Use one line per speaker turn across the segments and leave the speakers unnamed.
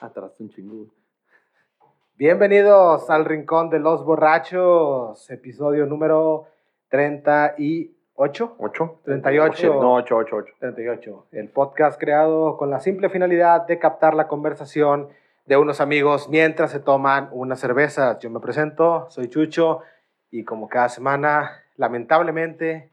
Atrás un chingo.
Bienvenidos al Rincón de los Borrachos, episodio número 38.
¿Ocho?
38.
No, ocho, ocho, ocho.
38. El podcast creado con la simple finalidad de captar la conversación de unos amigos mientras se toman una cerveza. Yo me presento, soy Chucho y como cada semana, lamentablemente,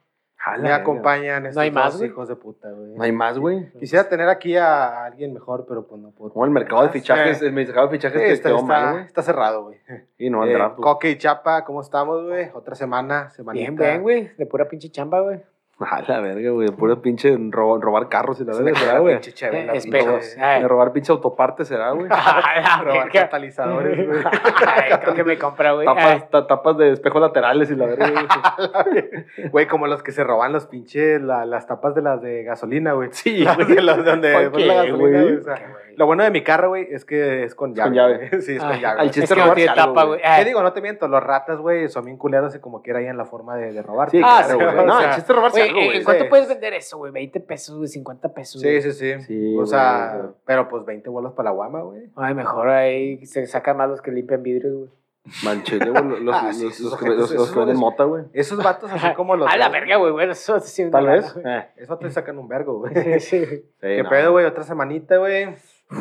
me acompañan estos
hay más,
dos
güey?
hijos de puta, güey.
No hay más, güey.
Quisiera tener aquí a alguien mejor, pero pues no puedo.
Como el mercado de fichajes,
Sí.
el mercado de fichajes
Sí,
que
está,
quedó
está-
mal, güey.
está cerrado, güey.
Y no al
Eh,
draft. güey.
Coque y Chapa, ¿cómo estamos, güey? Otra semana, semanita.
Bien, bien, güey. De pura pinche chamba, güey.
A la verga, güey. Puro pinche ro- robar carros y la
Es
verga
una
será, güey.
pinche chévere,
Eh,
la pinche-
espejos. Ay.
De robar pinche autopartes será, güey.
A Ah, la
Robar
verga.
catalizadores, güey.
Ay, Creo que me compra, güey. Ay,
eh.
Tapas, ta- tapas de espejos laterales y la verga, güey.
Güey, como los que se roban los pinches, la- las tapas de las de gasolina, güey.
Sí,
Las de las donde
¿Para
pones la
qué,
gasolina,
güey?
güey, o sea,
qué güey.
Lo bueno de mi carro, güey, es que es con
Es con
llave.
llave.
güey. Sí, es con
Ay,
llave.
al
güey.
chiste
es que no
robarse
tiene
algo,
tapa,
güey.
güey.
¿Qué
Ay,
digo? No te miento, los ratas, güey, son bien culeros y como quiera ahí en la forma de, de robar.
Sí,
Ah,
claro,
sí,
güey.
güey,
No,
o
el
sea,
chiste es robarse
güey,
algo,
¿en
güey.
cuánto
Sí.
puedes vender eso, güey? 20 pesos, güey, 50 pesos.
Sí,
güey.
sí, sí.
Sí,
o
güey,
sea,
o sea.
pero pues 20 bolas para la guama, güey.
Ay, mejor ahí se sacan más los que limpian vidrios, güey.
Manchete, güey. Los,
Ah,
los,
sí,
los,
esos
los, que-
ojetes,
los- los
esos
que venden
son-
mota, güey.
Esos vatos así como los...
A la
dos,
verga, güey, bueno, eso sí es una
Tal
lana,
vez.
güey.
Eh,
Esos vatos sacan un vergo, güey.
Sí, güey.
sí,
¿Qué
no.
pedo, güey? Otra semanita, güey.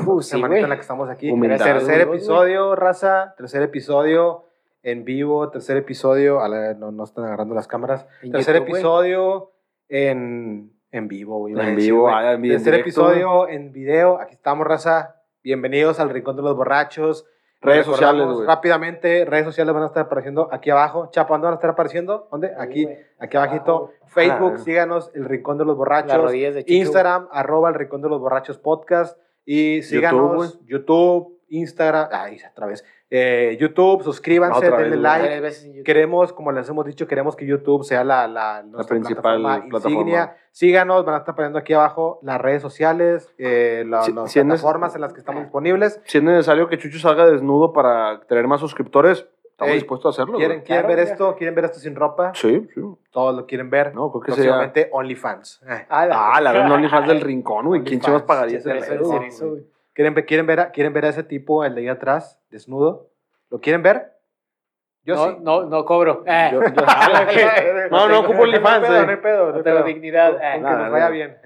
Uh, sí,
semanita
güey.
en la que estamos aquí.
Humildad,
tercer
güey.
episodio, raza. Tercer episodio en vivo. Tercer episodio. A la- no, no están agarrando las cámaras.
En
Tercer
YouTube, güey.
episodio en, en vivo, güey. iba a
En
decir,
vivo,
güey.
ah, en vi- en
Tercer
directo,
episodio en video. Aquí estamos, raza. Bienvenidos al Rincón de los Borrachos.
Redes
Recordamos
sociales, güey.
Rápidamente, redes sociales van a estar apareciendo aquí abajo. Chapa, ¿dónde van a estar apareciendo? ¿Dónde? Aquí,
güey.
aquí abajito.
Abajo.
Facebook,
Ah.
síganos, El Rincón de los
Las
Borrachos.
rodillas de Chicho,
Instagram, arroba el Rincón de los Borrachos Podcast. Y síganos, YouTube, Instagram, ay, otra vez. Eh, YouTube, suscríbanse,
Otra vez,
denle
güey.
güey.
like.
Tres veces en YouTube.
Queremos, como les hemos dicho, queremos que YouTube sea la, la, nuestra
principal plataforma.
insignia. Síganos, van a estar poniendo aquí abajo las redes sociales, eh, la-
Si-
las
si en es-
plataformas en las que estamos disponibles.
Si es necesario que Chucho salga desnudo para tener más suscriptores, estamos
Ey,
dispuestos a hacerlo.
¿Quieren,
güey.
quieren
Claro,
ver
mira.
esto? ¿Quieren ver esto sin ropa?
Sí, sí.
Todos lo quieren ver.
No, creo que sería.
Próximamente OnlyFans. Eh.
A
Ah, la verdad,
verga.
no OnlyFans del rincón, güey. ¿Quién
OnlyFans,
chivas pagaría ese
Tres veces
pedo?
en eso, güey.
¿Quieren, ver- quieren, ver a, ¿Quieren ver a ese tipo, el de ahí atrás, desnudo? ¿Lo quieren ver? Yo
No,
sí.
no, no cobro. Eh,
Yo- yo-
No, no, ocupo OnlyFans.
eh.
hay pedo.
no tengo dignidad. eh.
Con que
Nada,
nos
nada.
vaya bien.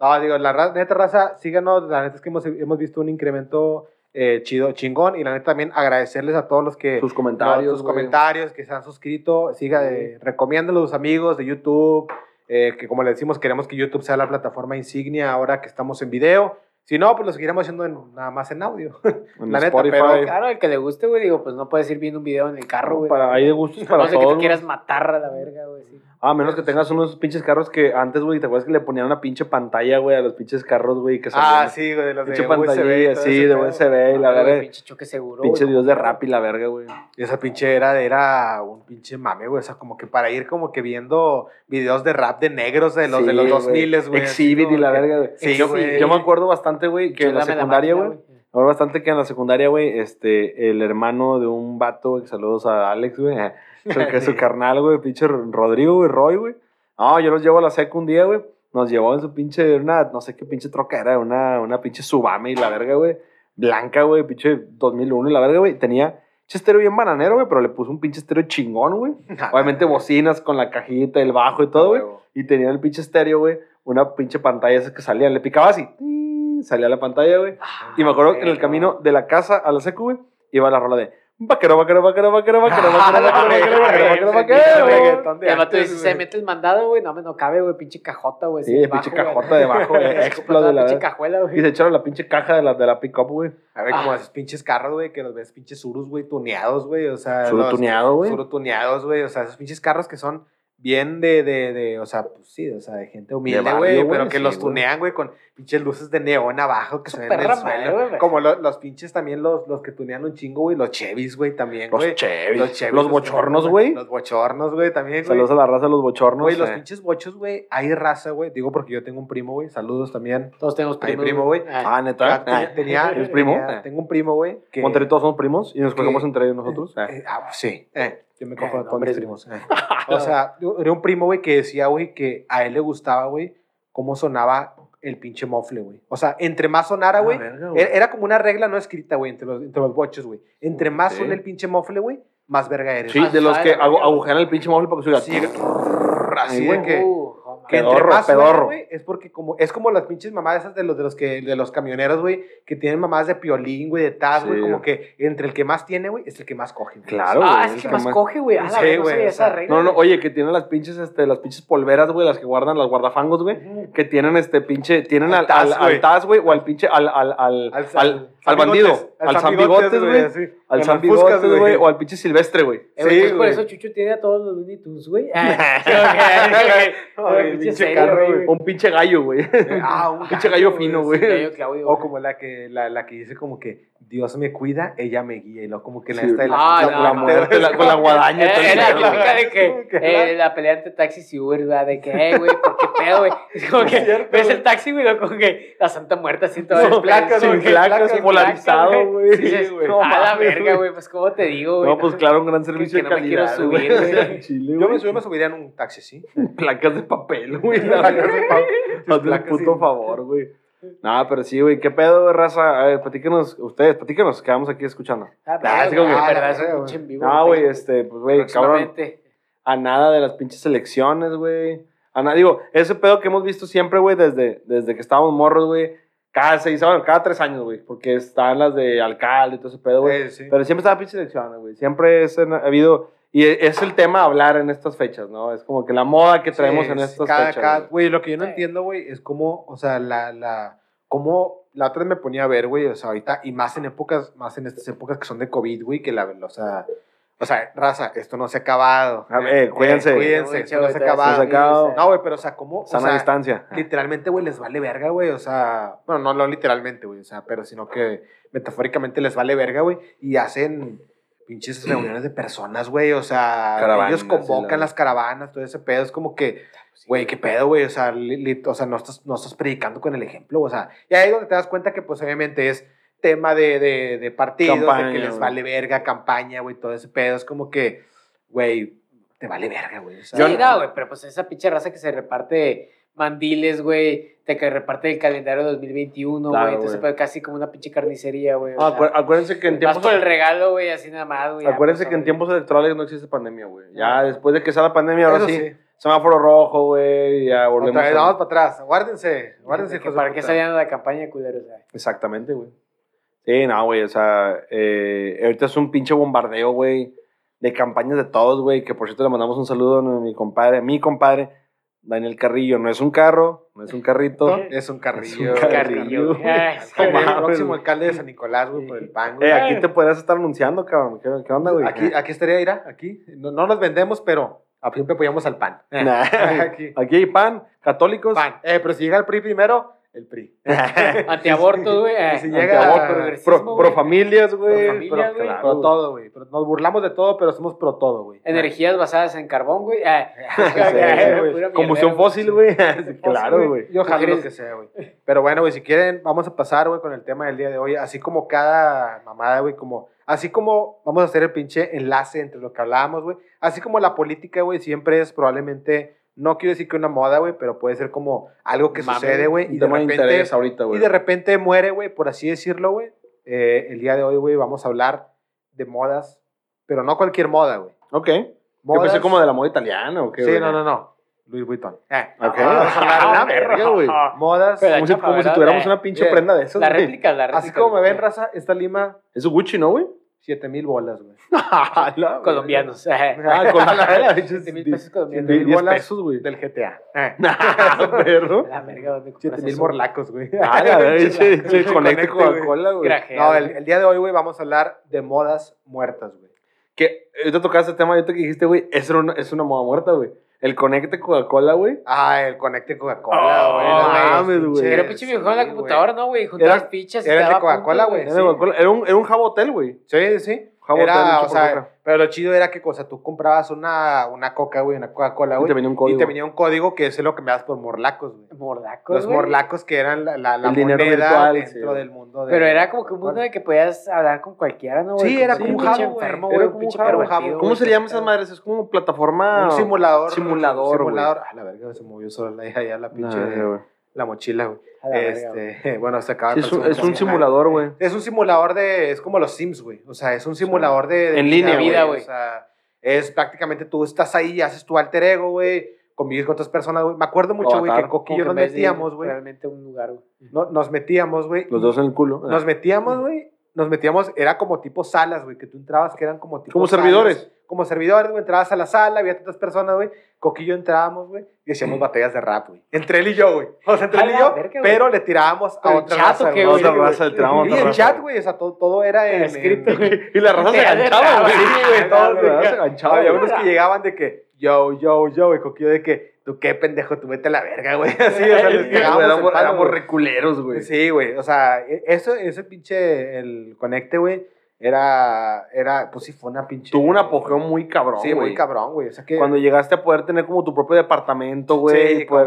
No, digo, la ra- neta raza, síganos. La neta es que hemos, hemos visto un incremento eh, chido, chingón. Y la neta también agradecerles a todos los que.
Sus
no,
comentarios.
sus
güey.
comentarios, que se han suscrito. Siga, eh, recomiéndalo a los amigos de YouTube. eh, que como le decimos, queremos que YouTube sea la plataforma insignia ahora que estamos en video. Si no, pues lo seguiremos haciendo en- nada más en audio.
En
la neta,
Spotify.
pero-
Claro, el que le guste, güey, digo, pues no puedes ir viendo un video en el carro, güey.
Para, hay de gustos
A
para
no sé que
todos.
te
güey.
quieras matar a la verga, güey. sí.
A menos que tengas unos pinches carros que antes, güey, ¿te acuerdas que le ponían una pinche pantalla, güey, a los pinches carros, güey? Que salían?
Ah, sí, güey, de los
Pinche pantalla,
y
y
todo
así,
ese
de
pedo.
USB y Eh, la
Ah, güey,
verga.
Pinche choque seguro.
Pinche
güey.
dios de rap y la verga, güey.
Y esa pinche era, era un pinche mame, güey. O sea, como que para ir como que viendo videos de rap de negros de los, de los
Sí,
2000, güey. así
Exhibit y
como
la
que-
verga, güey.
Sí,
yo,
güey.
yo me acuerdo bastante, güey, que en la
Chúlame
secundaria,
máquina,
güey. Me acuerdo bastante que en la secundaria, güey, este, el hermano de un vato, güey, que saludos a Alex, güey, eh, su- que es su carnal, güey, pinche Rodrigo, güey, Roy, güey. No, yo los llevo a la sec un día, güey. Nos llevó en su pinche, una, no sé qué pinche troca era, una, una pinche Subame y la verga, güey. Blanca, güey, pinche 2001 y la verga, güey. Tenía pinche estéreo bien bananero, güey, pero le puso un pinche estéreo chingón, güey. Obviamente bocinas con la cajita, el bajo y
Ah,
todo, güey. Y tenía el pinche estéreo, güey. Una pinche pantalla esas que salía. Le picaba así. ¡tin! Salía la pantalla, güey. Y me acuerdo que en el camino de la casa a la secu, güey, iba la rola de vaquero, vaquero, vaquero, vaquero,
Ah,
vaquero, vaquero, vaquero, vaquero, vaquero, vaquero.
reggaetón de
El vato
antes,
dice,
güey.
se mete el mandado, güey. No, me no cabe, güey. Pinche cajota, güey.
Sí, pinche cajota debajo, güey. Explode
la
la
pinche
verga.
cajuela,
Y
güey.
se echaron la pinche caja de la, de la pick-up, güey.
A ver, como
Ah.
esos pinches carros, güey, que los ves pinches surus, güey, tuneados, güey. O sea, los-
Surutuneado, güey.
surutuneados, güey. O sea, esos pinches carros que son bien de, de, de, o sea, pues sí, o sea, de gente humilde,
barrio,
güey,
güey,
pero que
sí,
los
güey.
tunean, güey, con pinches luces de neón abajo que se ven en el
perra madre,
suelo.
güey.
Como lo- los pinches también, los, los que tunean un chingo, güey, los Chevys, güey, también,
Los
güey.
Chevys.
Los
Los,
Chevys, los
bochornos,
Chevys,
güey.
Los bochornos, güey, también, güey.
Saludos a la raza de los bochornos.
Güey, los
eh.
pinches bochos, güey, hay raza, güey. Digo porque yo tengo un primo, güey. Saludos también.
Todos tenemos
Ay,
primos.
primo, güey.
Ah,
Ah, neta.
Ah,
Ah.
Tenía,
¿Es primo?
tenía-
Eh.
tengo un primo, güey. que-
Monterrey todos somos primos y nos
que-
cogemos entre nosotros. eh.
Eh, ah, pues sí. eh, yo me cojo
Eh,
a todos mis
nombres,
primos. eh. O sea, yo- era un primo, güey, que decía, güey, que a él le gustaba, güey, cómo sonaba el pinche mofle, güey. O sea, entre más
Ah,
sonara, güey. Era era como una regla no escrita, güey, entre los, entre los boches, güey. Entre más
Ok.
suena el pinche mofle, güey, más verga eres.
Sí,
Ah,
de los
sabe
que
la verga,
agu- agujeran el pinche móvil para que suba.
Así, trrr, así
Ay,
de
güey.
que.
Uh, oh,
que entre
Pedorro,
más suena,
pedorro.
güey, es porque como es como las pinches mamadas esas de los de los que de los camioneros, güey, que tienen mamadas de piolín, güey, de taz, güey,
Sí.
como que entre el que más tiene, güey, es el que más coge. güey.
Claro,
ah,
güey,
es que
está
más
mal.
coge, güey. Ah, la
Sí,
verga, no
güey,
sabía
o sea,
esa regla.
No, no,
güey.
oye, que tienen las pinches, este, las pinches polveras, güey, las que guardan, las guardafangos, güey.
Ujú.
Que tienen este pinche, tienen al,
Al Taz,
al,
güey.
al Taz, güey, o al pinche, al, al, al, al, al
San
bandido,
Bigotes,
al
San
San Bigotes, güey.
así.
Al
En
San
las fuscas,
Bigotes, güey, o al pinche Silvestre, güey.
Eh, güey,
Sí,
entonces por
güey.
eso Chucho tiene a todos los Looney Tunes, güey. Ah, sí, ok,
Ay,
Pinche
pinche
serio,
carro,
güey.
güey.
O un pinche gallo, güey.
Ah, un
Pinche gallo fino,
ok.
güey.
Gallo Claudio,
O
güey.
como la que, la, la que dice como que Dios me cuida, ella me guía. Y luego como que la
Sí.
esta de las
Ah,
las
no,
la
no,
muerte, la- con la guadaña. y todo el
Eh, Era
pedo,
la
güey.
típica de que
Como que
eh, la pelea entre taxis y Uber, ¿verdad? De que, eh, güey, ¿por qué pedo, güey? Es como
No es
que
cierto,
ves
güey.
el taxi, güey, lo como que la Santa Muerta así toda
Sin
en plan,
placas,
sí,
güey,
que
placas,
placas,
polarizado,
placas,
güey.
Sí, dices,
Sí, güey.
No
a la
mames,
verga,
güey.
güey, pues cómo te digo, güey.
No, pues claro, un gran servicio
que
de
no me quiero
calidad,
subir, güey.
Chile,
Yo me,
güey.
sub- me subiría en un taxi, sí.
Placas de papel, güey. la
Placas de
verga.
papel.
Hazle un
Placas
puto
y-
favor, güey. Nada, pero sí, güey. ¿Qué pedo, güey, raza? A ver, platíquenos, ustedes, platíquenos, quedamos aquí escuchando.
Ah,
Ah, es
pero,
como
güey,
que-
la
Ah,
verdad, es
la
un
verga,
pinche en vivo.
Ah, güey,
Facebook.
este, pues, güey, cabrón.
Próximamente.
a nada de las pinches elecciones, güey. A nada, digo, ese pedo que hemos visto siempre, güey, desde, desde que estábamos morros, güey. Cada seis años, cada tres años, güey. Porque están las de alcalde y todo ese pedo, güey.
Eh, sí.
Pero siempre estaban pinches elecciones, güey. Siempre es en- ha habido. Y e- es el tema a hablar en estas fechas, ¿no? Es como que la moda que traemos
Sí,
en
sí,
estas
cada-
fechas.
cada-
güey.
Güey, lo que yo no
Sí.
entiendo, güey, es cómo, o sea, la, la, cómo la otra vez me ponía a ver, güey, o sea, ahorita, y más en épocas, más en estas épocas que son de COVID, güey, que la, o sea, o sea, raza, esto no se ha acabado.
A ver, cuídense.
Eh, cuídense, esto no se ha acabado.
Se ha acabado.
No, güey, pero o sea, ¿cómo? O
Sana
sea,
distancia.
literalmente, güey, les vale verga, güey. O sea, bueno, no, no literalmente, güey. O sea, pero sino que metafóricamente les vale verga, güey. Y hacen pinches reuniones de personas, güey. O sea,
Caravanas,
ellos convocan
sí, la- Ah, pues
las caravanas, todo ese pedo. Es como que, güey, qué pedo, güey. O sea, li- li- o sea no, estás, no estás predicando con el ejemplo. O sea, y ahí es donde te das cuenta que, pues, obviamente es tema de, de, de partidos, de
Campaña,
que les
güey.
vale verga, campaña, güey, todo ese pedo. Es como que, güey, te vale verga, güey. O sea,
Sí, no, güey, pero pues esa pinche raza que se reparte mandiles, güey, de que reparte el calendario 2021, güey,
Claro,
entonces
güey.
pues, casi como una pinche carnicería, güey. o
Ah,
sea,
acuér- acuérdense que en
vas
tiempos.
por el regalo, güey, así nada más, güey. ya,
Acuérdense
pues,
que en
güey.
tiempos electorales no existe pandemia, güey. Ya
Ah.
después de que sea la pandemia, ahora
eso
sí. Semáforo rojo, güey. Ya volvemos.
Otra vez,
a-
vamos para atrás. Guárdense, guárdense.
De que
hijos de
¿Para qué
puta.
salían a la campaña, culeros? güey.
Exactamente, güey. Sí, no, güey, o sea, eh, ahorita es un pinche bombardeo, güey, de campañas de todos, güey, que por cierto le mandamos un saludo a mi compadre, mi compadre, Daniel Carrillo, no es un carro, no es un carrito.
¿eh?
Eh,
Es un
Es
carrillo.
un
Carrillo.
Carrillo.
Ay, sí,
Como
No
el
mames.
próximo alcalde de San Nicolás, güey, por el pan, güey.
Eh, aquí te podrías estar anunciando, cabrón, ¿qué,
Eh.
qué onda, güey?
aquí, aquí estaría Ira, aquí. No, no nos vendemos, pero a- siempre apoyamos al pan.
Nah.
Aquí.
Aquí hay pan, católicos.
Pan. Eh, pero si llega el PRI primero, el PRI.
Antiaborto, güey. eh,
si llega
antiaborto,
a-
progresismo,
Pro,
güey.
pro familias,
Pro
güey.
familia,
Pro-
güey.
claro,
Pro todo, güey. Pero Nos burlamos de todo, pero somos pro todo, güey.
Energías basadas en carbón, güey. eh.
güey.
Pura mierda,
Combustión
güey.
fósil, güey. claro,
Fósil,
güey.
Yo ojalá lo
Mujeres.
que sea, güey. Pero bueno, güey, si quieren, vamos a pasar, güey, con el tema del día de hoy. Así como cada mamada, güey, como. Así como vamos a hacer el pinche enlace entre lo que hablábamos, güey. Así como la política, güey, siempre es probablemente. No quiero decir que una moda, güey, pero puede ser como algo que
Mame,
sucede, güey. Y
Un
de
tema de
repente.
interés ahorita,
Y
güey.
de repente muere, güey, por así decirlo, güey. Eh, el día de hoy, güey, vamos a hablar de modas. Pero no cualquier moda, güey.
Ok. Yo pensé como de la moda italiana o qué,
Sí,
güey?
no, no, no. Luis Vuitton. Eh,
Ok.
vamos a hablar de
Ah,
la
verga, güey.
Modas.
Pero
Como si,
chapa,
como si
¿verdad?
tuviéramos
Eh,
una pinche
bien.
prenda de esas.
La
güey.
réplica, la réplica.
Así como me ven,
güey.
raza, esta lima,
Es Gucci, ¿no, güey?
7 mil bolas, güey.
Ah, la-
Colombianos. eh.
Ah, con la la-
Siete mil pesos colombianos.
Die- diez
bolas
pesos, güey.
Del GTA. Eh.
Ah, perro.
La verga, ¿dónde compras
7 mil
eso?
morlacos, güey.
Ah, la
Pinche
verga.
Conecte,
Conecte
güey.
Coca-Cola, güey.
este, Grajea,
No,
güey.
el, el día de hoy, güey, vamos a hablar de modas muertas, güey.
Que ahorita tocaste el tema, ahorita que dijiste, güey, es una, es una moda muerta, güey. El Conecte Coca-Cola, güey.
Ah, el Conecte Coca-Cola,
Oh,
güey.
no
mames,
pinches-
güey.
Era pinche viejón en la
sí, güey.
computadora, ¿no, güey?
Era-
Juntar las fichas. y
era el de
estaba a punto,
Coca-Cola, güey.
Era,
Sí.
de Coca-Cola. era un, era un jabotel, güey.
Sí, sí.
Jabotón,
Era,
mucho
o sea,
Coca-Cola.
pero lo chido era que, o sea, tú comprabas una, una coca, güey, una Coca-Cola,
Y
güey.
te venía un código.
Y te venía un código que ese lo cambiabas por morlacos, güey.
Morlacos,
Los
güey.
morlacos que eran la, la, la
El dinero
moneda
virtual,
dentro
sí.
del mundo. de-
Pero era como que un mundo
Coca-Cola.
de que podías hablar con cualquiera, ¿no, güey?
Sí, era
como un
pinche
jabo, güey.
enfermo,
Era
güey.
como
Un
un
pinche
jabo, un jabo.
pervertido,
¿Cómo
güey.
se llaman esas madres? Es como plataforma.
Un simulador.
Simulador,
Simulador. A la verga, se movió solo la hija ya la
Nah,
pinche.
güey.
la mochila, güey.
A la verga, güey.
Este, bueno, se acaba de
Sí, es, un,
pasar
es un
personaje.
simulador, güey.
Es un simulador de. Es como los Sims, güey. O sea, es un simulador de. de
En línea,
güey.
O sea, es prácticamente tú estás ahí, haces tu alter ego, güey. Convives con otras personas, güey. Me acuerdo mucho, güey, que
Avatar.
Coqui y
Como
yo
que
nos
en vez de ir
metíamos, güey.
Realmente a un lugar, güey.
No- nos metíamos, güey.
Los dos en el culo.
Nos metíamos, güey. Nos metíamos, era como tipo salas, güey, que tú entrabas que eran como tipo.
Como
salas.
servidores.
Como servidores, güey. Entrabas a la sala, había tantas personas, güey. Coquillo entrábamos, güey, y hacíamos batallas de rap, güey. Entre él y yo, güey. O sea, entre
A
él y
la
yo,
verga, güey.
pero le tirábamos a
Pero
otra
chato
raza,
que,
güey.
güey.
Otra raza, le tiramos
Y
otra
en
raza,
chat,
güey.
güey, o sea, todo, todo era en,
Escrito,
en-
güey.
Y la raza se
Era de
enganchaba, güey.
rabo,
sí, güey, todos,
La raza
güey.
se enganchaba,
Había
güey.
unos que llegaban de que, yo, yo, yo, y Coquillo de que, tú qué pendejo, tú vete a la verga, güey. Así, o sea, les
Sí,
pegábamos
güey,
el
éramos-
palo,
Éramos
güey.
reculeros, güey.
Sí, güey. O sea, e- eso, ese pinche el conecte, güey, era, era, pues sí, fue una pinche.
Tuvo un apogeo muy cabrón,
Sí,
güey.
muy cabrón, güey. O sea que.
Cuando llegaste a poder tener como tu propio departamento, güey,
Sí,
y poder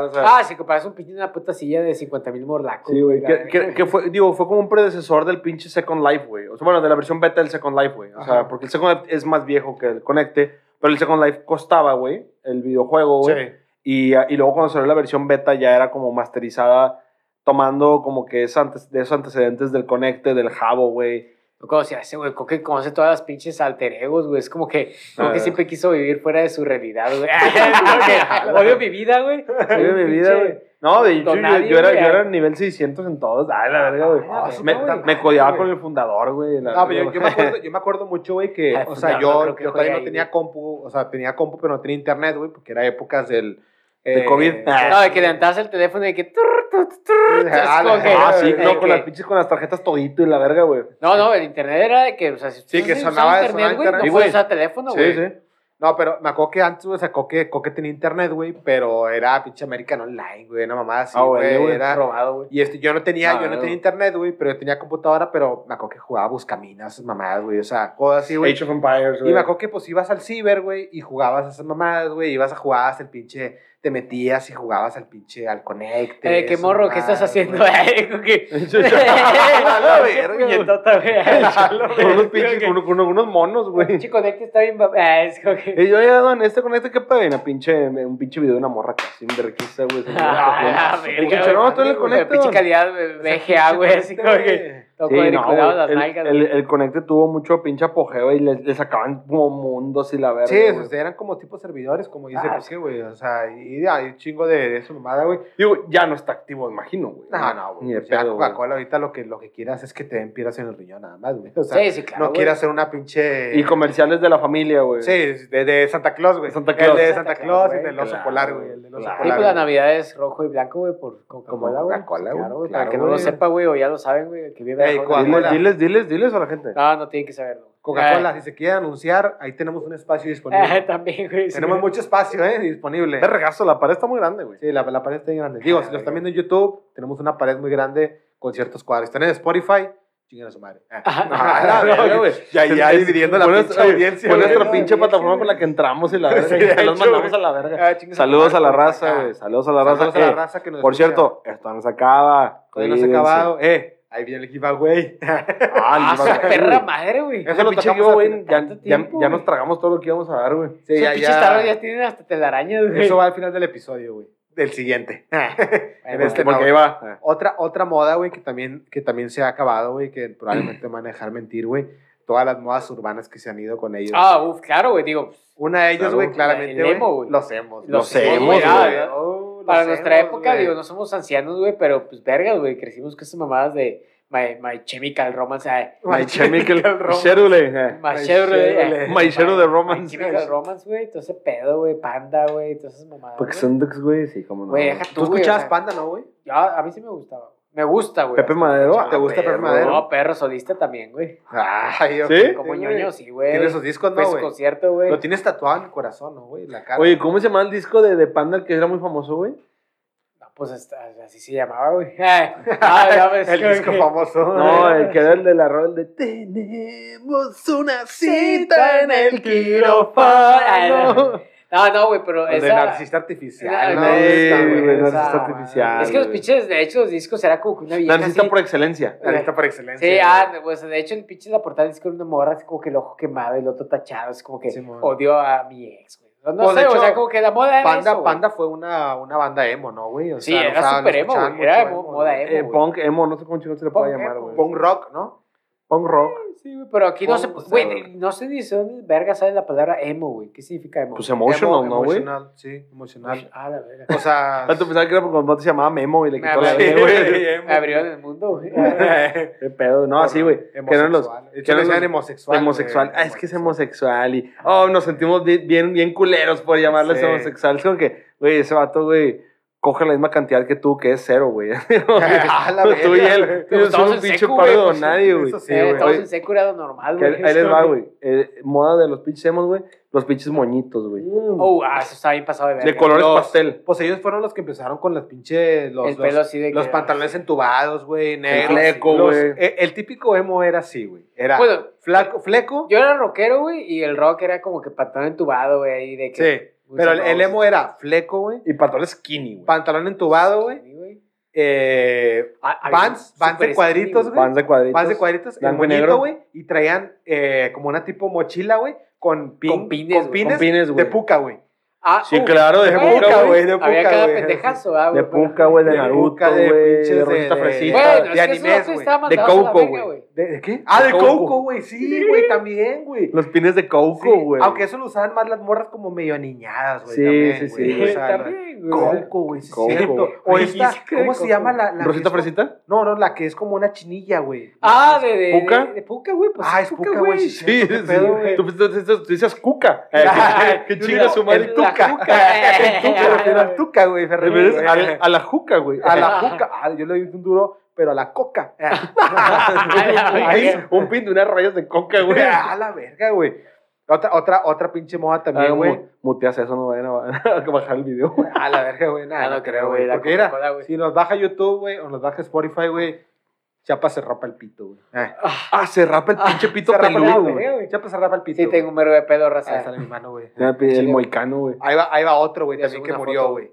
comprar, o sea,
Ah, si compras un pinche una puta silla de 50 mil morlacos.
Sí, güey.
la
Que,
verga,
que- que fue, digo, fue como un predecesor del pinche Second Life, güey. O sea, bueno, de la versión beta del Second Life, güey. O sea,
Ajá.
porque el Second Life es más viejo que el Conecte, pero el Second Life costaba, güey, el videojuego, güey.
Sí.
Y, ah, y luego cuando salió la versión beta ya era como masterizada, tomando como que es antes, de esos antecedentes del Conecte, del Jabo, güey.
Como se hace, güey, que conoce todas las pinches alter egos, güey. Es como que, como
Ah.
que siempre quiso vivir fuera de su realidad, güey. Como que, Odio mi vida, güey. Soy
Oye,
un
mi vida,
pinche-
güey. No, de hecho,
don
yo,
nadie,
yo era,
güey.
yo era nivel 600 en todos. Ay, la verga, güey.
Ah, sí,
me,
güey.
me codeaba con el fundador, güey. la
No, pero yo,
verga,
yo me acuerdo, yo me acuerdo mucho, güey, que,
Ah,
o
pues,
sea,
no,
yo,
no creo que
yo todavía
juegue
no
ahí,
tenía
güey.
compu, o sea, tenía compu, pero no tenía internet, güey, porque era épocas del... eh,
De COVID. Ah,
No, de que levantabas el teléfono y que. turr, turr, turr, es
Ah,
como
la-
que-
Ah,
Eh,
sí,
eh,
no, con
que-
las pinches, con las tarjetas todito y la verga, güey.
No, no, el internet era de que, o sea, si
Sí,
tú
que
no
sonaba-
usabas
sonaba
internet, güey,
internet.
Sí,
no puedes
güey.
usar teléfono, güey.
sí.
No, pero me acuerdo que antes, güey, sacó que Coque tenía internet, güey, pero era pinche American Online, güey, una mamada así,
Ah,
güey,
güey, güey,
era...
Robado, güey.
Y este, yo no tenía,
Ah,
yo no
no.
tenía internet, güey, pero yo tenía computadora, pero me acuerdo que jugaba buscaminas, esas mamadas, güey, o sea, cosas así, güey.
Age of Empires,
Y
güey.
me acuerdo que pues ibas al ciber, güey, y jugabas a esas mamadas, güey, ibas a jugar hasta el pinche, te metías y jugabas al pinche, al connect.
Eh, qué morro, ¿qué estás haciendo? Eh, como que-
la verga, güey.
Puñetota, güey.
Con unos pinches, con, con unos monos, güey.
Chico, de que está bien. bab- Ah, es como que.
Y yo, oye, don, este conecta, ¿qué pedo? Y Una pinche, un pinche video de una morra casi vergüenza, güey. se me
Ah,
da
la
Y
verga,
dije, no,
güey.
tú le
Pero
conectas.
Pinche calidad güey, VGA, güey, así como que. Todo
Sí, no,
cuadriculado,
güey,
las
el,
nalgas,
el,
güey.
el Conecte tuvo mucho pinche apogeo y les, les sacaban como mundos y la verga.
Sí, o
güey.
sea, eran como tipo servidores, como dice,
Ah,
pues, qué, güey, o sea, y hay un chingo de, de esa mamada, güey.
Digo, ya no está activo, imagino, güey.
No, no, güey.
Ni de
o sea,
pedo, güey.
Coca-Cola ahorita lo que, lo que quieras es que te den piedras en el riñón nada más, güey. O sea,
Sí, sí, claro.
no
güey.
quieras hacer una pinche...
Y comerciales de la familia, güey.
Sí, de, de Santa Claus, güey.
Santa Claus.
El de Santa Claus y
güey,
del oso
claro,
polar, güey. El del oso
claro.
Sí, pues
polar.
la
güey.
Navidad es rojo y blanco, güey, por Coca-Cola, güey. Pues,
Coca-Cola, güey,
Claro, güey.
claro,
Para que no lo
güey.
sepa, güey, o ya lo saben, güey, el que vive
Ey,
abajo de-
Coca-Cola.
Diles, diles, diles, diles a la gente.
No, no tienen que saberlo.
Coca-Cola,
Ah,
si se quiere anunciar, ahí tenemos un espacio disponible.
También, güey. sí.
tenemos mucho espacio, ¿eh? Disponible.
Qué regazo, la pared está muy grande, güey.
Sí, la, la pared está bien grande. Digo, si lo están viendo en YouTube, tenemos una pared muy grande con ciertos cuadros. Están en Spotify, chinguen a su madre. Ah.
Ah,
no,
la verga,
güey.
güey.
Ya- ya
Es-
dividiendo la
fue
pinche
nuestra- oye,
audiencia,
Fue
güey.
nuestra
La
pinche
audiencia,
plataforma
güey.
con la que entramos y la
Sí,
verga.
de
Se los
hecho,
mandamos a la verga.
Ah, chinguen su
Saludos
madre,
a la
por
raza,
acá.
güey. Saludos a la raza.
Saludos a la
Eh,
raza que nos
Por
escucha.
cierto, esto no se acaba.
todavía no se ha
Cuídense.
acabado. Eh, ahí viene el giveaway.
Ah,
Ah,
el
su
giveaway,
perra
güey.
madre, güey.
Ese lo tocamos
pinche
a-
giveaway,
ya,
tanto
ya-
tiempo,
ya
güey.
nos tragamos todo lo que íbamos a dar, güey.
Sí,
Esos pinches taros ya tienen hasta telarañas, güey.
Eso va al final del episodio, güey. Del siguiente. en
Bueno,
este
Porque
no.
ahí va.
Otra, otra moda, güey, que también, que también se ha acabado, güey, que probablemente me van a dejar mentir, güey. Todas las modas urbanas que se han ido con ellos.
Ah, uff, claro, güey, digo.
Una de ellos,
claro.
güey,
El
claramente, güey.
emo, güey. Ah,
Los emos.
Los
Los emos,
emos,
güey.
güey.
Oh, los
Para nuestra
emos,
época,
güey.
digo, no somos ancianos, güey, pero pues vergas, güey, crecimos con esas mamadas de My, my Chemical Romance, ay,
My Chemical
Romance.
Sherule, eh.
My
My
Chemical
Chevrolet.
eh,
My Chevrolet Romance.
My Chemical Romance, güey, todo ese pedo, güey, Panda, güey, todas esas mamadas.
Porque
güey.
son ducks, güey, sí, cómo no.
Güey, deja
Tú
tú, güey, o
escuchabas
sea,
Panda, ¿no, güey?
yo- a mí sí me gustaba. Me gusta, güey.
Pepe Madero. ah,
¿Te gusta Pepe
perro.
Madero?
No, perro solista también, güey.
Ay, ok,
¿Sí?
Como
güey.
ñoño, sí, güey.
Tiene esos discos,
Fue
¿no,
su
Pues, güey?
concierto, güey.
Lo tienes tatuado en el corazón, ¿no, güey? La cara.
Oye, ¿cómo se llama el disco de, de Panda que era muy famoso, güey?
No, pues hasta- así se llamaba, güey. Ay, ay, no, pues,
el
creo
disco
que-
famoso.
No, el que era el de la rol de Tenemos una cita en el
Ay,
quirófano.
no. No, no, güey, pero
El
esa...
de narcisista
Ay,
artificial.
no,
¿no?
sí,
Esta,
güey,
esa
narcisista
mamada.
artificial.
Es que los
güey.
pinches, de hecho, los discos era como que una vieja
Narcisista
así-
por excelencia.
Narcisista por excelencia.
Sí,
güey.
ah, pues de hecho el pinche de la portada del disco era una morra así como que el ojo quemado, el otro tachado, es como que
Simón.
odio a mi ex, güey. No, no
Pues, de
sé,
hecho,
o sea, como que la moda era
Panda,
eso, güey.
Panda fue una, una banda emo, ¿no, güey? O
Sí,
sea, lo
era
usaban, lo
súper emo,
escuchaban
güey, era
mucho
mo-
emo,
moda
¿no?
emo.
Eh,
güey.
punk, emo, no sé cómo chingón se le puede
Punk
llamar,
emo,
güey.
Punk rock, ¿no?
Punk rock.
Sí, güey, pero aquí no se...
Vamos a ver.
Güey, no sé ni dónde verga sale la palabra emo, güey. ¿Qué significa emo?
Pues emotional,
Emo,
¿no, güey?
Emocional, sí, emocional.
Ah, la verga.
O sea...
Tanto pensaba que era porque cuando se llamaba Memo y le
Me
quitó la
abrió-
E, güey.
Me abrió el mundo, güey.
Qué pedo. No, así, güey. Que eran los
Que
eran
eran
los-
homosexual.
homosexual.
güey,
Ah, es que es homosexual y. Oh, nos sentimos bi- bien, bien culeros por llamarles
Ah. Sí.
homosexuales. Como que, güey, ese vato, güey, coge la misma cantidad que tú, que es cero, güey.
Ah, la
tú y
verga,
él.
güey.
Tú eres
Estamos
un
en
pinche
secu,
pardo
güey,
don nadie,
eso
güey.
sí,
Eh, estamos
Oye,
en secura normal,
Que
güey.
Ahí ahí les va, güey. Eh, moda de los pinches emos, güey. Los pinches moñitos, güey.
Oh, ah, eso está bien pasado de verga.
De colores
Uh, Los-
pastel.
Pues ellos fueron los que empezaron con las pinches. Los,
el
los-
pelo así de
los
que-
pantalones entubados, güey, negros.
fleco,
Los-
güey.
e- El típico emo era así, güey. Era
Bueno,
flaco, fleco.
yo era rockero, güey, y el rock era como que pantalón entubado, güey, ahí de que...
sí. Pero el, el emo era fleco, güey.
Y pantalones skinny, güey.
Pantalón entubado, güey. Eh,
Ah, había
Vans,
un
Vans de
super
cuadritos,
skinny,
güey.
Pants de cuadritos.
más de cuadritos, el
Blanco y
moñito,
negro.
güey. Y traían eh, como una tipo mochila, güey. Con, pin-
Con pines,
con
güey.
Con
pines
pines,
de
güey.
puca, güey.
Ah,
Sí,
uh,
claro, de
güey,
puca, güey.
de
Había
puca,
cada
güey.
pendejazo, ah,
De
bueno.
puca, güey, de
De
Naruto,
puca, de
güey.
pinches
De
de-
rosita
de-
fresita.
Bueno,
de
es que esos
animes,
vatos
güey.
estaban
De
mandados a la
Coco,
verga,
güey.
¿De, de qué? Ah, de
Coco.
Coco, güey. Sí, güey, también, güey.
Los pines de
Sí,
Coco, güey.
Aunque eso lo usaban más las morras como medio aniñadas, güey.
Sí,
también,
sí, sí,
güey.
güey.
O sea,
También,
la-
güey.
Coco, güey, sí,
Coco.
cierto. O
Güey,
esta,
sí, creo
¿cómo
que
se
Coco.
llama la? la que
¿Rosita
es como-
fresita?
No, no, la que es como una chinilla, güey.
Ah, de, de,
¿Puca?
de, de puca, güey. Pues
Ah, es puca, güey.
Sí,
cierto, qué
sí.
pedo, güey.
Tú, tú- tú- tú- tú dices cuca. Eh,
Ay,
que
yo
chinga
digo,
su madre.
el
Tú-
tuca.
El tuca, me refiero al tuca, güey.
Te
Ferrari,
refieres
güey.
al- a la juca, güey.
A la coca. Ah, yo le di un duro, pero a la coca.
Ahí, un pin de unas rayas de coca, güey.
A la verga, güey. Otra, otra, otra pinche moda
Ah,
también,
mu-
güey.
Muteas eso, no vayan a a bajar el video.
A la verga, güey. Nada,
Ah,
no creo, güey. Porque era, si nos baja YouTube, güey, o nos baja Spotify, güey, Chapa se rapa el pito, güey. Eh,
Ah, se rapa el pinche pito
se rapa el
peludo,
pito,
güey.
güey. Chapa se rapa el pito.
Sí, tengo un mero de pedo,
güey. Ahí
raza.
sale mi mano, güey.
Ya, El moicano, güey.
Ahí va, ahí va otro, güey,
Ya
también
subí
que
una
murió,
foto.
güey.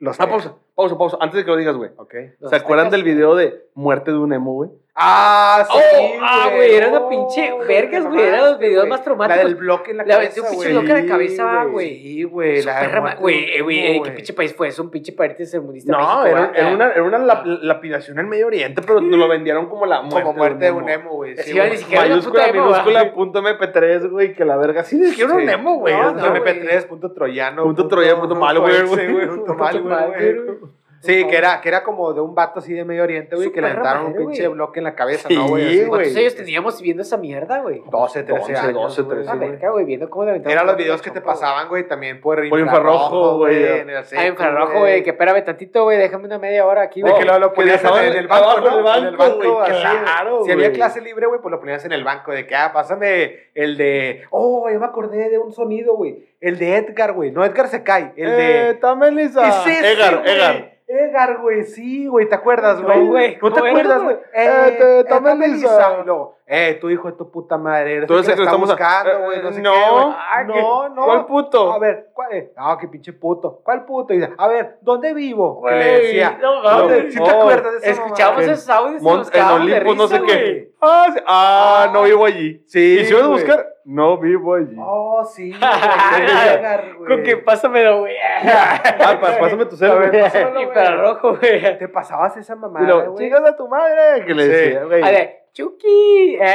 Los
Ah, pausa, pausa, pausa. Antes de que lo digas, güey.
Ok.
Los
¿Se acuerdan
aztecas,
del video de muerte de un emo, güey?
Ah, sí.
Oh, ah, güey, era una
Oh,
pinche
güey,
vergas,
te
güey, era los
mamaste,
videos
güey.
más traumáticos.
La del bloque en la
La
cabeza,
aventó un pinche bloque en la cabeza, va, güey.
Sí, güey.
Su
la de
perra ma-
muerte
Güey,
de
eh,
un
güey,
emo,
eh, ¿qué pinche país fue? Es un pinche partido tercermundista.
No,
México,
era,
¿verdad?
era una, era una la- lapidación en Medio Oriente, pero lo vendieron como la muerte,
Como muerte de un emo, güey.
Sí, iba a
güey.
decir que era una
Mayúscula,
puta emo,
minúscula,
¿verdad?
punto mp3, güey, que la verga. Sí, es que era un
Sí.
emo, güey.
No,
O sea,
no, güey.
MP3, punto troyano.
Punto troyano, punto malware, güey.
exe, Punto malware, güey. Sí, que era, que era como de un vato así de Medio Oriente, güey, que le
Súper
aventaron un
ramadero,
pinche
güey.
bloque en la cabeza,
Sí,
¿no, güey?
güey.
¿Cuántos años teníamos viendo esa mierda, güey?
12, 13
11,
años.
12,
güey. Ah,
13,
Una verga, güey, viendo cómo le aventaban
Eran los
la
videos que te
chompa, güey.
pasaban, güey, también por
Por infrarrojo, güey.
en el
Ah,
centro,
infrarrojo,
güey.
güey, que espérame tantito, güey, déjame una media hora aquí,
De
güey.
que lo, lo
que
ponías
dejaban
en el banco,
abajo
¿no?
del
en el
banco,
banco,
güey,
así.
claro,
Si había
güey.
clase libre, güey, pues lo ponías en el banco. De que, ah, pásame el de. Oh, yo me acordé de un sonido, güey. El de Edgar, güey. No, Edgar se cae. El de.
Eh, también Lisa.
¿Qué es ese,
Egar,
güey?
Egar.
Egar, güey, sí, güey, ¿te acuerdas,
No,
güey?
güey,
¿No te
¿cómo era,
acuerdas, güey?
güey? Eh, te-
eh,
tome
tome
Lisa.
Lisa. Y luego, eh, tu hijo de tu puta madre, eres
Tú
el
eres
que la está buscando,
eh,
güey, no sé
no,
qué, güey.
ah, ¿qué?
No, no.
¿Cuál puto?
A ver, ¿cuál? eh, Ah, qué pinche puto. ¿Cuál puto? Y dice, a ver, ¿dónde vivo? Que le
Güey,
decía.
no
¿Dónte-
mames.
¿Sí te
Oh,
acuerdas de eso?
Escuchábamos
Que
esos audios y
Mon-
nos
en
cagábamos de
Olimpo, no sé
risa, güey.
qué. Ah, sí. Ah,
Ah.
no vivo allí.
Sí,
y si vas a
güey.
buscar, no vivo allí.
Oh, sí. güey, Egar, güey.
Con que pásamelo, güey.
Ah, pa- pásame tu celular.
A ver, pásame. Pásamelo, güey.
Infrarrojo, güey.
Te pasabas esa
Y
mamada,
luego,
güey.
chingas a tu madre. Que le
Sí.
decía, güey.
A ver, Chucky.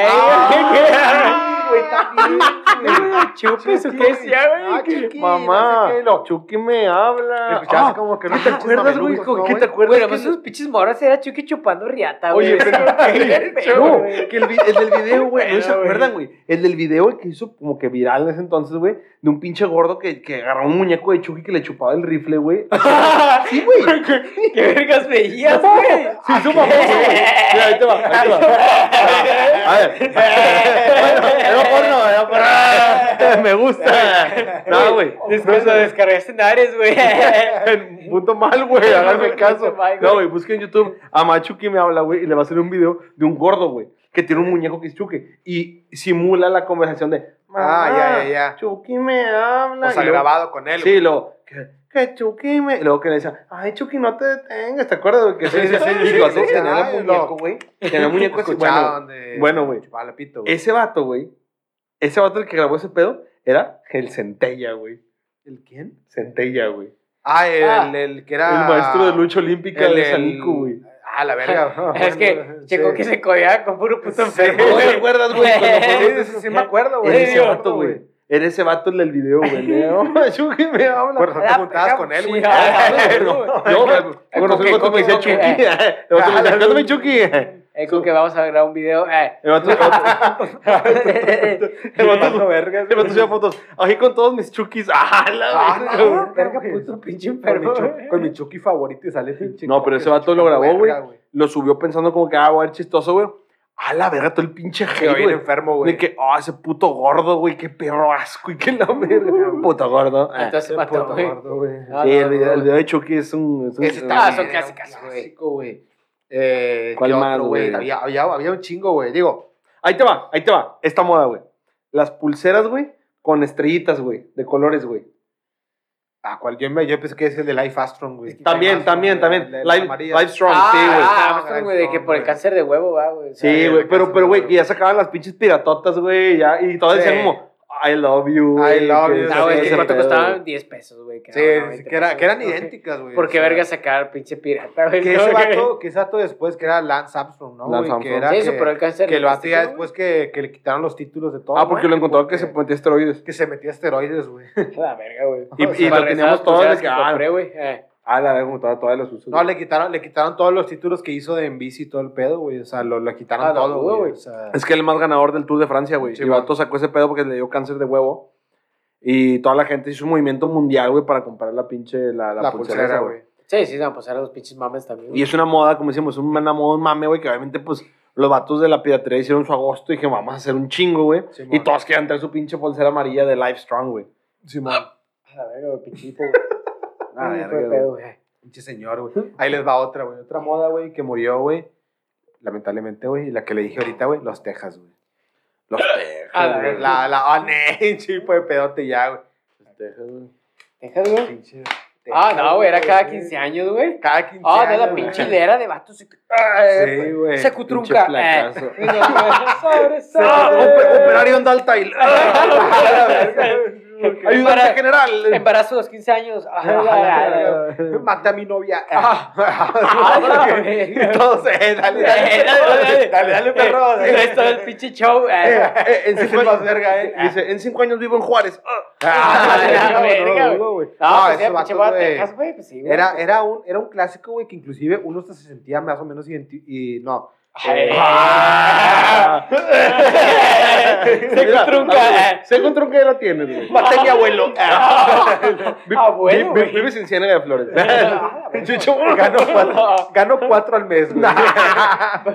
Ah,
Ay,
güey, también, güey.
Chupes o qué decía,
Ah,
güey.
Chucky, no
Mamá,
sé qué, y lo-
Chucky me habla.
Escuchabas
Ah,
como que
¿qué
los
te
pinches
acuerdas, güey?
mamelucos, ¿no,
¿Qué te
güey?
acuerdas?
Bueno, pues esos pinches moros era Chucky chupando riata, güey.
Oye, pero
Qué feo,
no,
güey.
que el, vi- el del video, güey, no se
Pero, güey.
acuerdan, güey. El del video el que hizo como que viral en ese entonces, güey, de un pinche gordo que, que agarró un muñeco de Chucky que le chupaba el rifle, güey. Sí, güey.
¿Qué vergas veías, güey?
Sí, su famoso, güey. Mira, ahí te va, ahí te va. A ver. Bueno, era porno, era porno. Me gusta. No, güey.
Después lo descargaste en Ares, güey.
En punto mal, güey, háganme
Punto
caso.
mal, güey.
No, güey, busquen en YouTube a Machu que me habla, güey, y le va a hacer un video de un gordo, güey, que tiene un muñeco que es Chuque y simula la conversación de.
Ah, ya, ya, ya.
Chucky me habla.
O sea,
Y luego-
grabado con él.
Sí, lo. Que, que Chucky me. Y luego que le decía, ay, Chucky, no te detengas, ¿te acuerdas, güey? Que
Sí, sí, sí,
Y
sí,
lo
sí,
hacen
sí,
tener
ay,
el
lo-
muñeco, güey. Tener el muñeco así, bueno.
escuchaban de.
bueno, güey.
chupaba la pito, güey.
Ese vato, güey. Ese vato el que grabó ese pedo era el Centella, güey.
¿El quién?
Centella, güey.
Ah, el,
Ah.
el que era.
El maestro de lucha olímpica
el-
de
el-
Salico, güey.
Ah, la verga. no,
Es que
bueno,
Checo
sí.
que se codeaba con puro puto
Sí,
enfermo,
güey,
güey.
acuerdas,
Sí, sí, sí, sí me acuerdo, güey.
Sí,
Eres ese
digo,
vato, güey. Eres ese vato el del video, güey. No, yo que me habla.
Por eso te
La
juntabas con él, güey.
Sí, ah,
No,
Yo, güey.
yo conocí
que-
el vato que me decía
como que-
Chucky. El vato me decía, "Cántame, Chucky. El
Es como Eh, que vamos a grabar un video. eh.
vato- el vato- el
El
vato-
vato verga,
el vato subía fotos. Ahí con todos mis Chukis. ¡Ah, la
Ah,
verga,
no,
güey!
Verga,
güey.
puto pinche
Con mi,
enfermo.
eh.
chu- con mi Chucky favorito y sale pinche.
No, pero ese vato lo grabó, güey. Lo subió pensando como que, ah, voy a ver chistoso, güey. ¡Ah, la verga! Todo el pinche
Que
hate,
bien
güey.
enfermo, güey.
De que, ah, ese puto gordo, güey, qué perro asco y qué la verga. Puto gordo. Ah.
Entonces
Ese
mató,
puto
güey.
gordo, güey.
No,
Sí, el,
no, no,
el
no.
video de Chucky es un. Es un
Ese
Ah,
está bien,
son
era un
clásicas, güey.
clásico, güey. Eh,
¿Cuál
¿qué
más,
otro, güey?
güey?
Había, había, había un chingo, güey. Digo,
Ahí te va, ahí te va. Esta moda, güey. Las pulseras, güey, con estrellitas, güey, de colores, güey.
a cual yo, me, yo pensé que es el de Life Astron, güey.
También,
Life
también,
Astron,
también.
el de la
Live,
amarilla.
Live Strong,
Ah,
sí, güey.
ah,
Ah,
Armstrong, güey, de que por el
güey.
cáncer de huevo va, güey. o sea,
Sí,
ya,
güey.
ya,
Pero,
ya,
pero,
ya,
güey,
ya.
que ya sacaban las pinches piratotas, güey. ya, Y todas
Sí.
decían como, I love you.
I love
que
you, Ah,
ese
No, güey,
sí,
pedo,
¿cuánto
güey.
costaban? 10 pesos, güey.
Sí,
eran
sí, que, era-
90
que eran
pesos.
idénticas, güey.
Porque
o sea,
verga sacar pinche pirata, güey.
Que
¿no?
ese vato, que ese vato después que era Lance Armstrong, ¿no?
Lance
güey? Que
Armstrong.
era
Sí, superó el
que,
cáncer.
que lo hacía
testículo,
después que, que le quitaron los títulos de todo.
Ah, porque
güey,
lo encontró que se
porque-
metía esteroides.
que se metía esteroides, güey.
La verga, güey.
Y-
O
y
sea,
lo
Para
teníamos
rezar,
todos
pues,
de
ya
que,
las
ah,
compré, güey. Eh.
ah, la verga, todas todas las usas.
No, le quitaron, le quitaron todos los títulos que hizo de en bici y todo el pedo, güey. O sea, lo, lo quitaron
Ah, no,
todo,
güey,
güey.
güey.
O sea,
Es que el más ganador del Tour de Francia, güey.
Sí,
el
güey.
vato sacó ese pedo porque le dio cáncer de huevo. Y toda la gente hizo un movimiento mundial, güey, para comprar la pinche, la, la
la
pulsera,
pulsera,
esa,
güey.
Sí, sí, no, pues eran los pinches mames también.
Y es una moda, como decimos, es una moda, un mame, güey, que obviamente, pues, los vatos de la piratería hicieron su agosto y que vamos a hacer un chingo, güey.
Simón.
y todos querían traer su pinche pulsera amarilla de Life Strong, güey.
Simón.
A la verga, güey, pinchito, güey.
Ah,
Ay,
verga,
fue
güey.
pedo, güey.
Pinche señor, güey. Ahí les va otra, güey. Otra moda, güey, que murió, güey. Lamentablemente, güey. Y la que le dije ahorita, güey. Los Texas, güey.
Los
A la
Texas, güey.
verga.
La, la, ah, ne, chipo de pedote ya, güey.
Los Texas, güey.
Texas, güey.
Pinche
Ah,
Texas,
no, güey, era cada
güey.
15 años, güey.
Cada 15
Ah, no,
años.
la
güey.
pinche hilera de vatos. se-
Sí, güey.
Se
Pinche
cutrunca. Eh.
placazo.
Y no, güey, sobre,
Ah,
sobre.
oper- operario anda al tail. Ayudante
Para-
general.
Embarazo a los 15 años. Ah, la verga.
Mata a mi novia.
Ah, la verga.
Entonces, eh, dale,
Eh,
dale, dale,
dale,
dale, dale, perro.
Eh,
dale.
Esto es el pinche show. eh.
Eh, en
Es el
cinco años,
más verga, eh.
Y Dice, en cinco años vivo en Juárez. Ah.
Ah,
la
no, no,
verga,
no, güey.
No,
No,
pues
ese
era
vato,
pinche boda de
güey,
Texas, güey, pues sí, güey.
Era, era, un, era un clásico, güey, que inclusive uno hasta se sentía más o menos identi- y no. Eh,
Ay.
Ah.
Se
Eh. Mira,
cutrunca. eh.
abuelo, Según trunca ya la tienes, güey.
Maté a mi
abuelo.
ah,
Vi-
Abuelo,
vi- vi-
güey.
Vives en Ciénaga de Flores.
Ah, la
Chucho,
Gano cuatro, gano cuatro al mes, güey.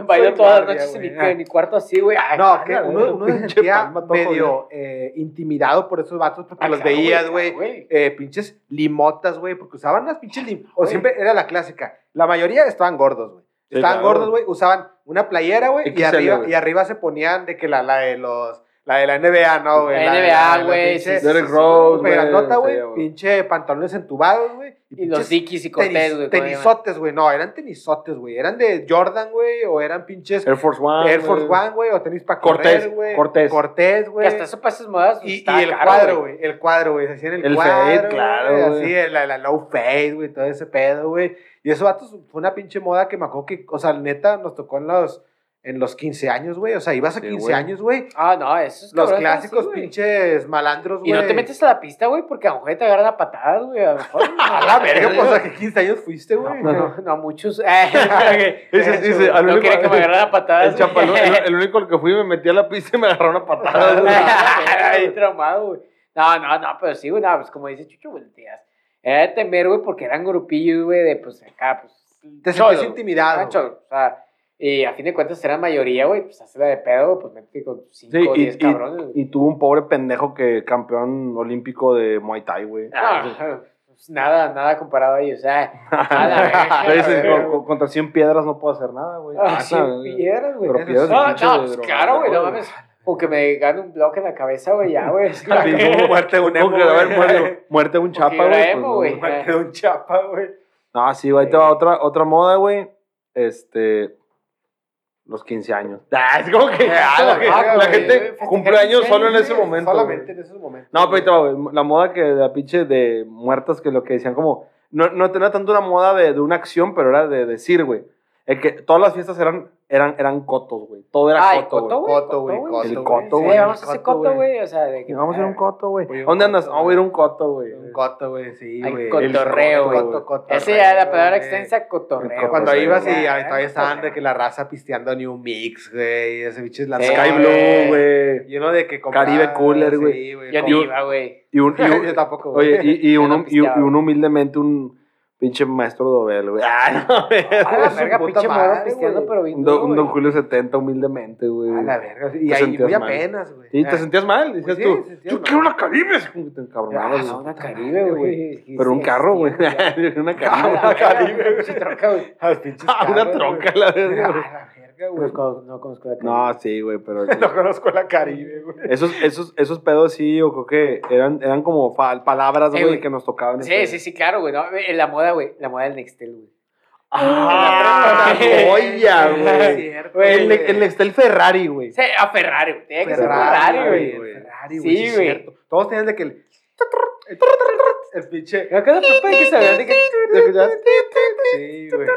Bailo
Soy
todas las
guardia,
noches en mi,
güey.
en mi cuarto así, güey. Ay,
No, que
Ah,
uno, uno se
pinche
sentía
palma, todo
medio eh, intimidado por esos vatos porque
ah,
pues los
claro,
veías,
claro,
güey. eh, pinches limotas, güey, porque usaban las pinches limotas. O siempre era la clásica. La mayoría estaban gordos, güey.
Sí,
Estaban
claro.
gordos, güey. Usaban una playera, güey, y
XL,
arriba,
güey.
y arriba se ponían de que la, la de los. La de Pues la NBA, ¿no, güey?
La
de-
NBA,
de los
güey,
pinches-
sí, sí,
Derrick Rose, güey.
Pegandota, güey.
Sí, güey.
Pinche pantalones entubados, güey.
Y los
pinches
dikis y
tenis-
cortés, güey. ¿cómo llaman?
Tenisotes, güey. No, eran tenisotes, güey. Eran de Jordan, güey, o eran pinches
Air Force One.
Air Force
güey.
One, güey, o tenis para
Cortés,
correr, güey.
Cortés.
Cortés, güey.
Que hasta eso para esas modas. pues,
Y, y
estaba
el
caro,
cuadro, güey. El cuadro, güey. Se hacían el,
El
cuadro.
fade,
güey,
claro, güey.
Así, la, la low fade, güey. Todo ese pedo, güey. Y eso, vatos, fue una pinche moda que me acuerdo que, o sea, neta, nos tocó en los, en los 15 años, güey. O sea, ibas a
Sí,
15
güey.
años, güey.
Ah, no, eso es
Los
cabrón,
clásicos
así, güey.
pinches malandros, güey.
Y no te metes a la pista, güey, porque a lo mejor te agarran a patadas, güey. A lo mejor.
a la verga, pues, a que 15 años fuiste,
No,
güey.
no, no, a muchos. Eh,
Dice, dice, al
no
único-
quería que me agarraran a patadas.
El chapalón, el, el único al que fui me metí a la pista y me agarró una patada. güey.
Ahí traumado, güey. No, no, no, pero sí, güey, no, pues como dice Chucho, güey, tías, Era de temer, güey, porque eran grupillos, güey, de pues acá, pues.
Te
cholos,
sentías
güey,
intimidado.
eran cholos, o sea, y a fin de cuentas eran mayoría, güey, pues hazla de pedo, pues métete con 5
Sí,
o
y-
10
y-
cabrones. güey.
Y tuvo un pobre pendejo que campeón olímpico de Muay Thai, güey.
No, pues, nada, nada comparado a ellos, ah, a la verga,
Le dicen,
güey.
con- con- contra 100 piedras no puedo hacer nada, güey.
Ah,
Ah,
sí,
no,
piedras, güey.
Pero piedras de
Ah,
pinche
no,
de
pues,
droga,
claro, güey, no
güey.
mames. O que me gane un bloque en la cabeza, güey, ya, güey. es la-
Como muerte de un
Como
emo,
que, a ver,
güey.
muerte, muerte a un chapa,
era
güey. pues,
emo,
no,
güey.
Muerte de un chapa, güey.
No, sí, güey, ahí te va otra, otra moda, güey. Este. los 15 años. Ah, es como que ah, la,
güey,
la
güey,
gente
festejar
cumple años
15
solo en
años,
ese
güey,
momento. güey.
Solamente en esos momentos.
No, pero ahí te va, güey. la moda que de la pinche de muertas, que lo que decían como, no, no tenía tanto una moda de, de una acción, pero era de decir, güey. Es que todas las fiestas eran, eran, eran cotos, güey. Todo era
Ah, el
coto, güey.
coto, güey.
Coto, güey, coto,
El coto,
Sí,
güey.
vamos a hacer coto, güey. O sea, de que.
Que Vamos a ir a un coto, güey.
Voy a un
¿Dónde andas?
coto,
Vamos a ir a un coto, güey.
Un coto, güey, sí,
Ay,
güey.
cotorreo,
El
güey.
cotorreo,
Esa ya era la palabra
güey.
extensa, cotorreo.
Cuando
Cotorreo,
ibas y
güey.
ahí todavía estaban de que la raza pisteando New Mix, güey. Ese bicho es la
Sí,
Sky
güey.
Blue, güey.
Lleno de que
Caribe Cooler, güey.
Sí, güey.
Yo ni
como-
iba, güey.
Y un, y un-
Yo tampoco, güey.
oye, y, y
Yo
un,
no
y, un-
pisteaba.
y un humildemente un pinche maestro Dobel, güey. Ah, no, güey.
A la
su
verga,
puta
pinche
madre,
morro pisteando,
güey.
pero bien
Un
duro,
Don, un
güey.
Don Julio 70 humildemente, güey.
A la verga. sí, Y
Te
ahí
sentías
muy
mal.
apenas, güey.
Y te
Ah,
sentías mal, decías
Pues sí,
tú,
te sentías
yo
mal.
quiero una Caribe. Es como que te encabronabas,
Ah,
güey.
una Caribe, güey.
Pero un carro, güey. una Caribe.
Ah, la
Caribe,
verga, pinche troca, güey.
a los pinches
Ah, Una
carros,
tronca,
güey. Ah.
la
A
verga. güey.
la verga, güey.
Pues con- No conozco la Caribe.
No, sí, güey, pero... sí.
No conozco la Caribe, güey.
Esos, esos, esos pedos sí, yo creo que eran, eran como fa- palabras,
Sí,
güey,
güey.
que nos tocaban. este,
Sí, sí, sí, claro, güey. no, en la moda, güey. La moda del Nextel, güey.
¡Ah!
Ah,
la joya,
Es
sí,
güey!
cierto,
Güey, El,
güey.
el Nextel Ferrari, güey.
Sí, a Ferrari, güey. Tenía que ser
Ferrari,
Ferrari, güey.
güey. Ferrari,
Sí,
güey. Sí, es
güey.
cierto. Todos tenían de que el. El pinche.
Me acuerdo, papá, que sabían de que.
¿Lo escuchabas? Sí, güey.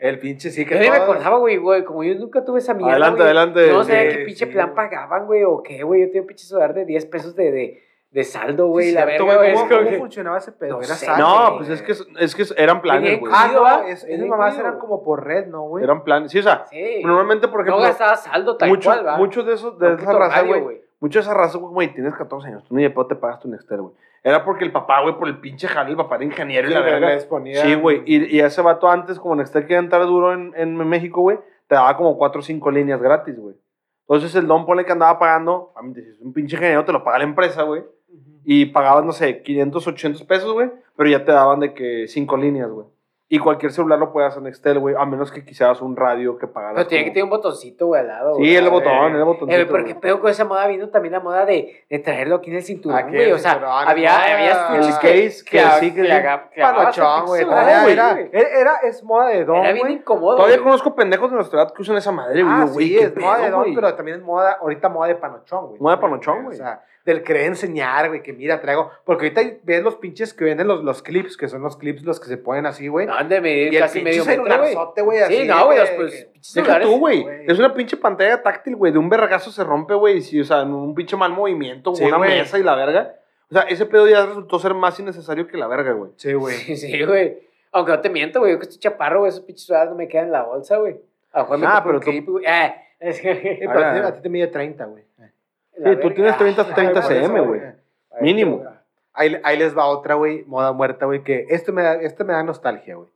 El pinche sí que.
Yo ni me
todos-
acordaba, güey, güey, como yo nunca tuve esa mierda.
Adelante,
güey.
adelante.
No sabía
Sí,
qué pinche
sí,
plan
güey.
pagaban, güey, o qué, güey. Yo tenía un pinche sudar de 10 pesos de, de, de saldo, güey.
Sí,
la
cierto, güey.
verga, güey. es
¿Cómo,
como
cómo
que-
funcionaba ese pedo?
No
Era
sé,
sal,
No,
güey.
pues es que, es que eran planes,
Tenían
güey.
Ah,
Sí,
no,
¿verdad?
es- esas
Tenían
mamás
cuido.
eran como por red, ¿no, güey?
Eran planes. Sí, o sea,
Sí.
normalmente, por
no
ejemplo,
gastaba saldo tal
muchos,
cual, va.
muchos de esos, de
Un
esa
puto
raza,
radio,
güey, Mucho de esa raza, güey, güey, tienes 14 años, tú ni de pedo te pagas tu Nextel, güey. Era porque el papá, güey, por el pinche jale, el papá era ingeniero y la verga.
Les ponía-
Sí, güey, y, y ese vato antes, como Nextel quería entrar duro en, en México, güey, te daba como 4 o 5 líneas gratis, güey. Entonces el don pone que andaba pagando, a mí, si es un pinche ingeniero te lo paga la empresa, güey, y pagabas, no sé, 500, 800 pesos, güey, pero ya te daban de que 5 líneas, güey. Y cualquier celular lo podías hacer Nextel, güey, a menos que quisieras un radio que pagaras.
Pero tenía que
como-
tener un botoncito, güey, al lado.
Sí, el
Ah,
botón,
eh.
el botón.
Eh, güey, pero qué pedo con esa moda vino también la moda de, de traerlo aquí en el cinturón,
Aquí
güey.
el
O sea,
cinturón,
había,
ah,
había
el
estuches
case que
a-
sí que-
aga- que agarrabas el
Panochón, güey.
pinche
todavía
celular,
Era,
güey.
era, era- es moda de don,
Era bien
güey.
incómodo.
Todavía
güey.
conozco pendejos de nuestra edad que usan esa madre, güey.
Ah,
Yo, güey,
sí,
qué
es moda
pedo,
de don,
güey.
pero también es moda, ahorita moda de panochón, güey.
Moda de panochón, güey.
O sea, del querer enseñar, güey, que mira, traigo. Porque ahorita ves los pinches que venden los, los clips, que son los clips los que se ponen así, güey.
No, han de medir
y el
casi
pinche
medio metro, güey.
celularzote, güey, así,
Sí, no, güey, los
güey,
pues,
que-
pinches
Deja
celulares.
tú, güey.
güey.
Es una pinche pantalla táctil, güey. De un vergazo se rompe, güey. Y si, o sea, en un pinche mal movimiento,
Sí,
una
güey.
mesa y la verga. O sea, ese pedo ya resultó ser más innecesario que la verga, güey.
Sí, güey.
Sí, sí, güey. Aunque no te miento, güey. Yo que estoy chaparro, güey. Esos pinches sudaderas no me quedan en la bolsa, güey. A lo mejor me
Ah,
compro
pero
un
tú-
clip, güey. Ah, es
Eh,
que.
pero a ti-
Ahora-
a ti te mide 30, güey.
la
tú
verga.
tienes 30,
Ah,
30
por eso,
cm, güey.
Ay,
Mínimo.
qué verga.
Ahí, ahí les va otra, güey, moda muerta, güey, que esto me da, esto me da nostalgia, güey.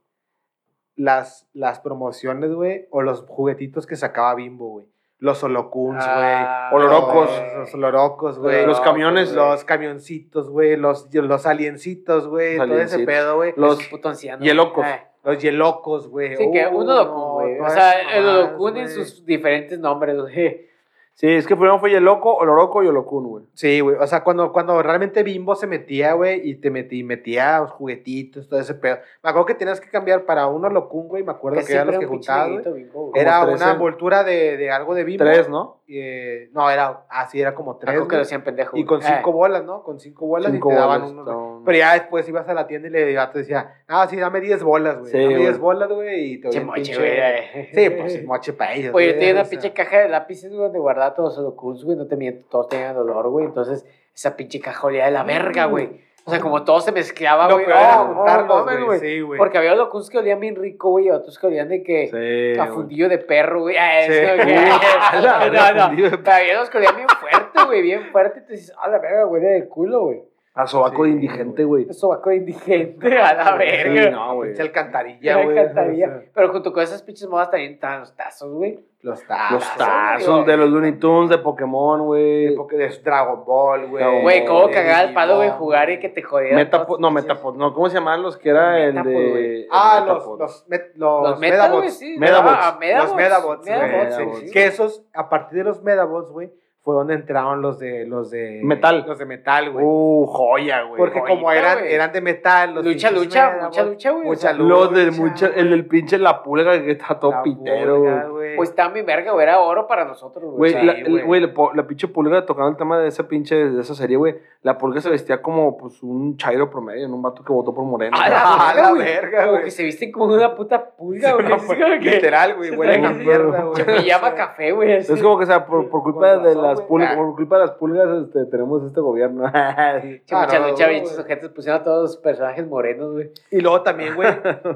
Las, las promociones, güey, o los juguetitos que sacaba Bimbo, güey. Los holocuns, güey.
Ah,
olorocos.
Los, los olorocos, güey.
Los
Los,
Olorocos,
camiones,
güey.
los camioncitos, güey. Los, los aliencitos, güey.
Los
Todo ese
aliencitos.
pedo, güey.
Los
Esos puto anciano,
hielocos.
güey. Ah,
Los yelocos, güey.
Sí, que
Uh,
un holocún, güey.
no,
O
todas
sea, el
mamadas,
holocún en
güey.
sus diferentes nombres, güey.
Sí, es que primero fue el loco, oloroco y olocún, güey.
Sí, güey. O sea, cuando, cuando realmente Bimbo se metía, güey, y te metí, metía los juguetitos, todo ese pedo. Me acuerdo que tenías que cambiar para uno locún, güey. Me acuerdo que,
siempre
eran los
era
que
un pinche
juntabas, güey.
negrito bimbo, güey.
Era
tres
una
en-
envoltura de, de algo de Bimbo.
Tres, ¿no?
Eh, no, era así, era como
Me
tres.
acuerdo que lo
güey.
hacían pendejo.
y con
güey. Ah.
cinco bolas, ¿no? Con cinco bolas y te daban
bolas,
uno.
no.
Pero ya después ibas a la tienda y le ibas, te decía, ah, sí, dame 10 bolas, güey.
Sí,
dame
güey.
10 bolas, güey, y te
Ah,
doy
che
un
moche,
pinche-
güey. eh.
Sí, pues moche para ellos.
Oye,
güey,
tenía
o
una
sea.
pinche caja de lápices, güey, donde guardaba todos los holocuns, güey. No te miento, todos tenían olor, güey. Entonces, esa pinche caja olía de la verga, güey. O sea, como todo se mezclaba,
Lo
güey.
peor era
Oh, no,
juntarlos,
mames,
güey. Sí, güey.
Porque había holocuns que olían bien rico, güey, y otros que olían de que
Sí,
a
güey.
fundillo de perro, güey. Ah,
Sí.
eso,
A la
güey.
verga,
No,
fundillo de
no. Pero había unos que olían bien fuerte, güey, bien fuerte. Y te dices, a la verga, güey, del culo, güey.
A sobaco
Sí,
de indigente, güey.
Eso va con indigente, a la verga.
Sí, no, güey.
pues, Pinche alcantarilla,
Ya,
güey.
güey.
o sea,
Pero junto con esas pinches modas también estaban los tazos, güey.
Los tazos.
Los
güey.
tazos de los Looney Tunes, de Pokémon, güey.
Porque de Dragon Ball, güey.
Dragon
Güey,
no,
cómo
de
cagaba el palo, güey, jugar y que te jodieran.
Metapod,
todas
no,
tus pinches-
Metapod, no, ¿cómo se llamaban los que era el
Metapod, güey.
de.
Ah,
el
los,
Metapod?
los, met- los,
Los Metal,
Medabots.
güey, sí.
Medabots.
Ah,
Los Medabots, güey.
Medabots,
sí,
sí.
Que esos, a partir de los Medabots, güey, fue donde entraron los de los de
Metal.
los de metal, güey.
Uh, joya, güey.
Porque
joyita,
como eran
güey.
eran de metal, los
Lucha,
pinches
lucha,
Mega,
lucha,
güey.
lucha, güey.
Mucha
O sea,
lucha,
Los del
lucha,
mucha, el del pinche la pulga que está todo
La
pitero,
burga,
güey.
güey.
Pues está mi verga, güey. Era oro para nosotros, güey.
Güey,
O
Sí,
la,
sea,
el-
güey.
güey, la po- la pinche pulga tocando el tema de esa pinche, de esa serie, güey. La pulga se vestía como pues un chairo promedio, en un vato que votó por Moreno.
A
Ah, la
güey.
verga,
como
güey.
que se visten como una puta pulga, güey. Es como que-
Literal, güey, huele a
Sí,
mierda,
güey.
güey.
Se me llama café, güey. así.
es como que o sea, por, por culpa
Con
de
razón,
las
güey.
pulgas,
Ah.
por culpa de las pulgas, este, tenemos este gobierno.
Che,
Ah,
mucha
no,
lucha,
güey.
bien, sus ojetes pusieron a todos los personajes morenos, güey.
Y luego también, güey,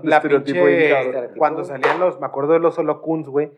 la
Estereotipo
pinche-
bien cabrón.
cuando salían los, me acuerdo de los holocuns, güey,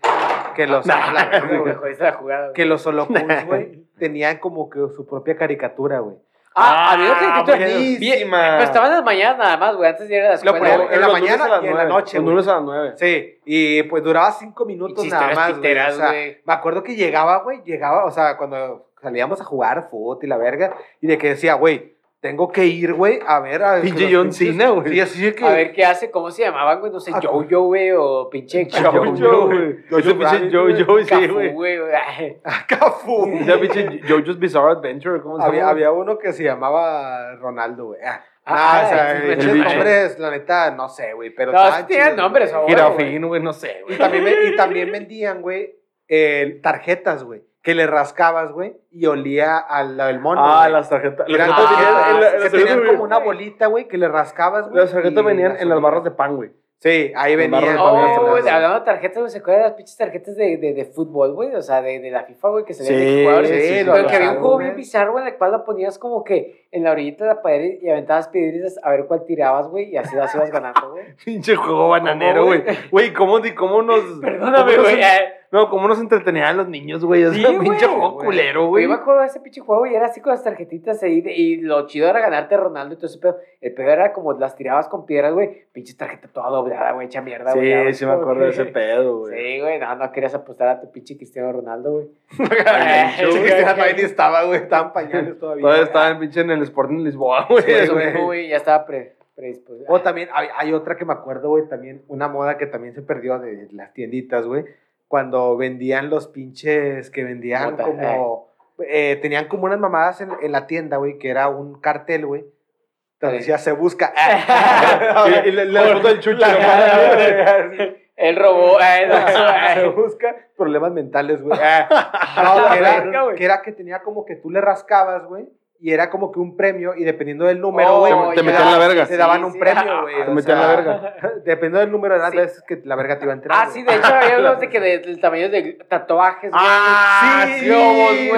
que los la verga, güey.
Mejor esa jugada. güey.
que los holocuns, güey, tenían como que su propia caricatura, güey.
Ah, había que
buenísima.
Pero estaban en las mañanas nada más, güey. Antes de ir a la
Lo
escuela.
ponían
güey.
en la
Los lunes
mañana
a las
y en la
nueve,
noche,
Los
güey.
lunes a las nueve.
Sí, y pues duraba cinco minutos
Pinches
nada
historias
más, güey. O
piteras,
sea,
güey.
me acuerdo que llegaba, güey, llegaba, o sea, cuando salíamos a jugar fútbol y la verga, y de que decía, güey, tengo que ir, güey, a ver a...
Pinche
los
John
pinches-
Cena, güey.
Sí, así de que...
A ver qué hace, cómo se llamaban, güey. No sé,
Ah,
Jojo, güey, o pinche
Jojo,
Jojo,
güey.
güey.
Jojo
Ese pinche
Rabbit, güey.
Jojo, sí,
Cafú,
güey.
güey. güey.
Cafú.
Ese pinche Jojo's Bizarre Adventure, ¿cómo se
Había,
llama?
había uno que se llamaba Ronaldo, güey. Ah,
Ah,
no, o sea,
el
el
bicho.
nombres, la neta, no sé, güey, pero
No,
estaban
sí tienen
chidos,
nombres
güey.
ahora.
Girafín, güey, no sé,
Y
güey.
también, ve- y también vendían, güey, eh, tarjetas, güey, que le rascabas, güey, y olía al del mono.
Ah,
güey.
las tarjetas. Las
Eran-
tarjetas
ah,
venían en la- en
que
las
tenían
tarjetas
como una bolita, güey, que le rascabas, güey.
Las tarjetas
y
venían en las barras de pan, güey.
Sí, ahí
las barras
venían.
de
Oh,
También
güey,
tarjetas.
hablando de tarjetas, güey, ¿se acuerdan de las pinches tarjetas de, de, de fútbol, güey? O sea, de, de la FIFA, güey, que se
Sí,
veían de jugadores.
sí,
Pero
lo
que había
agarraron,
un juego
güey.
bien bizarro, güey, en el cual la ponías como que en la orillita de la pared y aventabas piedritas a ver cuál tirabas, güey, y así las ibas ganando, güey.
Pinche juego bananero,
güey?
güey. Güey, ¿cómo, di- cómo nos.
Perdóname,
cómo nos-
güey. eh.
No, ¿cómo nos entretenían los niños, güey? Es
Sí,
un pinche
güey,
juego
güey.
culero,
Güey,
güey.
Yo me acuerdo de ese pinche juego y era así con las tarjetitas ahí. de- y lo chido era ganarte a Ronaldo y todo ese pedo. El pedo era como las tirabas con piedras, güey. Pinche tarjeta toda doblada, güey, hecha mierda, güey. ya,
Sí,
güey.
sí me acuerdo de ese pedo, güey.
Sí, güey, no, no querías apostar a tu pinche Cristiano Ronaldo, güey.
Yo creo que Cristiano ahí ni estaba, güey, estaban pañales todavía.
Todavía estaba en pinche en el Sporting Lisboa, güey.
Sí,
Sí,
eso
güey.
mismo, güey, ya estaba pre, predispuesto.
O también, hay, hay otra que me acuerdo, güey, también, una moda que también se perdió de las tienditas, güey, cuando vendían los pinches que vendían
Botas,
como, eh, tenían como unas mamadas en, en la tienda, güey, que era un cartel, güey, entonces
Sí.
decía, se busca.
Y- y la- la foto del Chucho,
La-
la-
Él robó. eh, no,
se
eh.
busca problemas mentales, güey. Ah, No, que
verga,
era,
güey.
que era que tenía como que tú le rascabas, güey, y era como que un premio, y dependiendo del número,
Oh,
güey,
Te- te
te
metían
daban-
la verga.
Te daban
Sí,
un
sí.
premio, güey.
Te
o
metían la
sea,
verga.
Dependiendo del número de las
Sí.
veces que la verga te iba a entrar.
Ah, sí, de hecho había unos de que de- del tamaño de tatuajes, güey.
Ah,
sí,
sí, güey.
güey.
o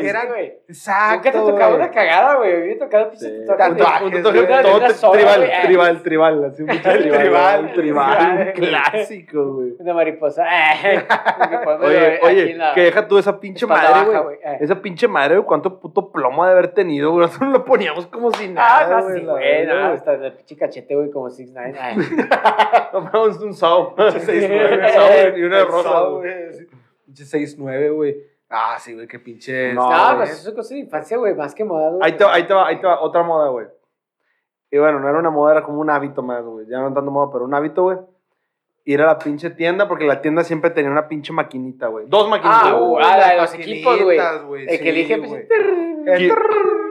sea,
Eran-
sí, güey.
Exacto.
Nunca te tocaba
güey.
una cagada, güey. A mí me tocaba pinche
Sí.
tatuajes.
Tatuajes,
Este, Un
güey.
tatuaje todo
Una
tri-
sola,
tribal,
güey.
tribal, tribal, así un pinche
El
tribal,
tribal,
tribal, un
güey.
clásico, güey.
Una mariposa. eh. Porque podemos
Oye,
ver aquí
oye,
en la
que deja tú esa pinche
espalda
madre,
baja,
güey.
eh.
Esa pinche madre, güey, cuánto puto plomo ha de haber tenido, güey. Nosotros lo poníamos como si
Ah,
nada,
no,
güey.
sí,
la
güey.
verdad,
No,
güey.
hasta el pinche cachete, güey, como 6ix9ine. eh.
Tomamos un sao.
Seis,
Un
nueve,
sao
güey,
y una
el
rosa,
sol,
güey.
sí. Pinche 6-9, güey. Ah, sí, güey, qué pinche.
No,
No,
güey.
pues eso es cosa de infancia, güey. Más que moda, güey.
Ahí te, va- ahí te va, ahí te va, otra moda, güey. Y bueno, no era una moda, era como un hábito más, güey. Ya no tanto moda, pero un hábito, güey. Ir a la pinche tienda, porque la tienda siempre tenía una pinche maquinita, güey. Dos maquinitas.
Ah,
güey.
uh, ah, la de los equipos, güey. El que elige, pues,
güey.
Ki-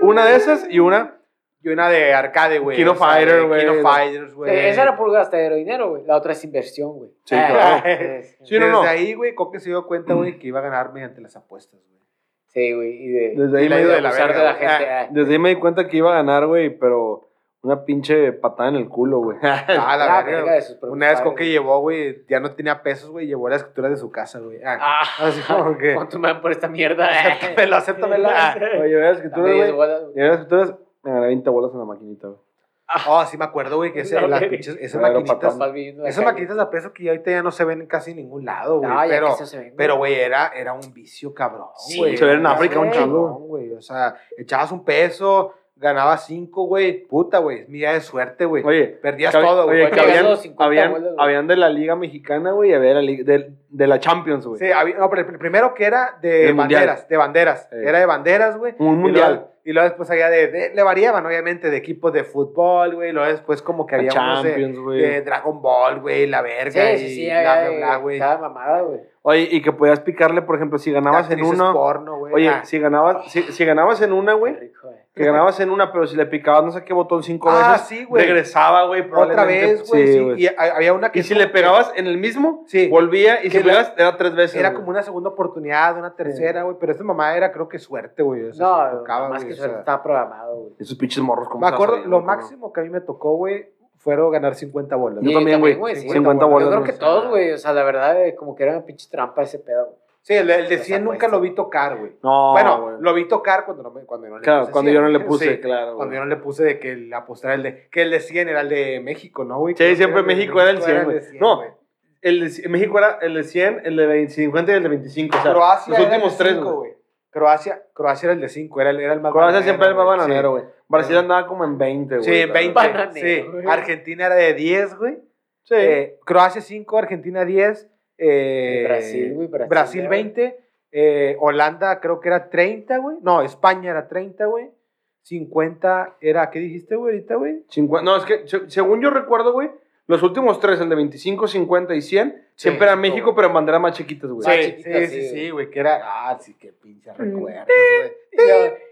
Una de esas y una.
Y una de arcade, güey.
Kino
o sea,
Fighter,
de
güey.
Kino Fighters, güey.
Eh, Esa era por gastadero de dinero, güey. La otra es inversión, güey.
Sí,
Ah,
claro.
es-
Sí, no,
Desde
no.
ahí, güey, Coque se dio cuenta, güey, que iba a ganar mediante las apuestas, güey.
Sí, güey. Y de
Desde ahí,
La
me,
idea de
de abusar
verga,
de la
güey.
gente. ah.
desde ahí me di cuenta que iba a ganar, güey, pero una pinche patada en el culo, güey.
Ah, la,
La
verga.
verga de sus propios
Una vez
padres,
Coque
güey.
llevó, güey, ya no tenía pesos, güey, llevó la escritura de su casa, güey. Ah,
Ah,
así como que.
¿Cuánto me dan por esta mierda? eh?
Acéptamela, acéptamela.
Oye, llevé las escrituras,
Dame diez
güey.
bolas, güey.
Llevé las escrituras, me gané 20 bolas en la maquinita, güey.
Oh, sí me acuerdo, güey, que ese,
No,
las
güey.
pinches, esas
Verdadero
maquinitas.
Vas viviendo la
Esas
calle.
maquinitas de peso que ya ahorita ya no se ven en casi ningún lado, güey.
No, ya
pero,
que eso se ve, güey.
pero, güey, era, era un vicio cabrón,
Sí,
güey.
se ve en
Era
África un
cabrón,
chingo.
güey. O sea, echabas un peso, ganaba cinco, güey. Puta, güey. Es mi día de suerte, güey.
Oye,
Perdías
cabe-
todo, güey.
Oye, que
Perdías
habían,
los 50
habían-
bolas, güey.
habían de la Liga Mexicana, güey, y había de la, Liga- de, de la Champions, güey.
Sí, había- no, pero el primero que era de
Del mundial.
banderas, de banderas.
Sí.
Era de banderas, güey.
Un
Y
mundial.
luego- Y luego después había de, de- Le variaban, obviamente, de equipos de fútbol, güey. Luego después como que
La
había unos de,
Champions, güey.
de Dragon Ball, güey, la verga.
Sí,
y
sí, sí,
bla,
ya,
eh,
bla, bla, güey.
Cada mamada, güey.
Oye, y que podías picarle, por ejemplo, si ganabas en
Actrices
uno.
porno, güey.
Oye,
Ah.
si ganabas, si, si ganabas en una,
Qué
güey,
rico, güey.
que ganabas en una, pero si le picabas no sé qué botón cinco
Ah,
veces,
sí, güey.
regresaba, güey,
Otra
probablemente.
vez, güey.
Sí,
sí,
güey.
Y ha- había una que.
Y si le pegabas en el mismo,
Sí.
volvía, y si
Que
le
la-
pegabas, era tres veces.
Era
güey.
como una segunda oportunidad, una tercera, güey. Pero esta mamá era, creo que suerte, güey. o sea, se
No,
tocaba,
más
güey,
que
o
suerte
sea.
estaba programado, güey.
Esos pinches morros, como
Me acuerdo, lo máximo que a mí me tocó, güey, fueron ganar 50 bolas.
Yo
Sí,
también, güey.
sí.
50
Yo
bolas.
creo
güey.
que todos, güey. O sea, la verdad, eh, como que era una pinche trampa ese pedo. güey.
Sí, el, el de
Los
100 nunca
apuestas.
lo vi tocar, güey.
No,
bueno,
güey.
lo vi tocar cuando, no me- cuando yo no le
Claro,
puse
cuando
100,
yo no le
güey.
puse,
Sí,
claro.
Cuando
güey.
yo no le puse de que el apostar el de... Que el de 100 era el de México, ¿no, güey?
Sí,
Creo que
siempre
el de
México era el 100,
de
güey. No,
güey.
El de, en México era el de 100, el de 20, 50 y el de 25. O sea,
Croacia
los
era el de
últimos tres,
cinco,
güey.
Croacia, Croacia era el de 5, era, el- era el más
Croacia
bananero,
siempre era el
güey,
bananero, güey. Brasil
Sí.
andaba como en 20, güey.
Sí, sí
la
20.
verdad.
Bananero,
sí.
güey.
Argentina era de 10, güey.
Sí.
Eh, Croacia 5, Argentina 10. eh,
Brasil, güey, Brasil,
Brasil
ya.
20. eh, Holanda creo que era 30, güey. No, España era 30, güey. 50 era, ¿qué dijiste, güey, ahorita, güey?
50 no, es que se- según yo recuerdo, güey, los últimos tres, el de 25, 50 y 100, siempre era
México,
México, pero en banderas más chiquitas, güey.
Sí.
sí,
chiquita,
sí,
sí,
sí, güey, que era, ah, sí, qué pinche recuerdos, güey. Y la-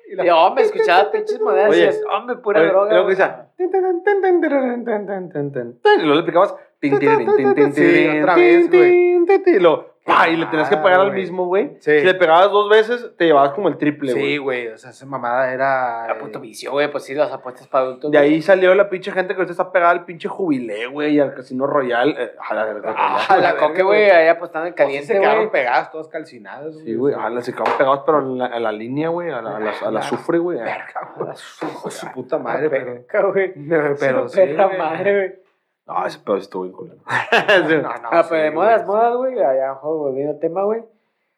y la-
Y, hombre, escuchaba pinches monedas y
Oye,
decías, hombre, pura
Oye,
droga.
luego que
güey.
decía, "Tin, tin, tin, tin, tin, tin, tin, tin, tin, tin, tin", Y luego le picabas. tin, tin, tin, tin, tin,
Sí,
tin,
otra
tin,
vez, güey. Ah,
tin, tin, tin, Y luego, pa, y le tenías que pagar al
güey.
mismo, güey.
Sí.
Si le pegabas dos veces, te llevabas como el triple, güey.
Sí, güey, o sea, esa mamada era... eh,
A puto vicio, güey, pues sí, las apuestas para adultos.
De
güey.
ahí salió la pinche gente que ahorita está pegada al pinche jubilé, güey, y al casino royal. eh, a la verga.
Ah,
A la
verga,
coque,
güey.
güey, ahí apostando en
O sea,
caliente,
se
güey.
quedaron pegadas, todos calcinados.
sí, güey. A la se quedaron pegados, pero a la, a la línea, güey. A la, a la, a la sufre, güey.
Ah, Verga, güey.
A su-
Hijo de Su puta madre, pero...
Peca, güey.
Pero
Su
sí,
perra
güey.
madre, güey.
No, ese pedo sí estuvo bien culero.
No,
Sí.
no,
Ah,
sí,
pero de
güey,
modas,
sí.
modas, güey. Allá, ojo, volviendo al tema, güey.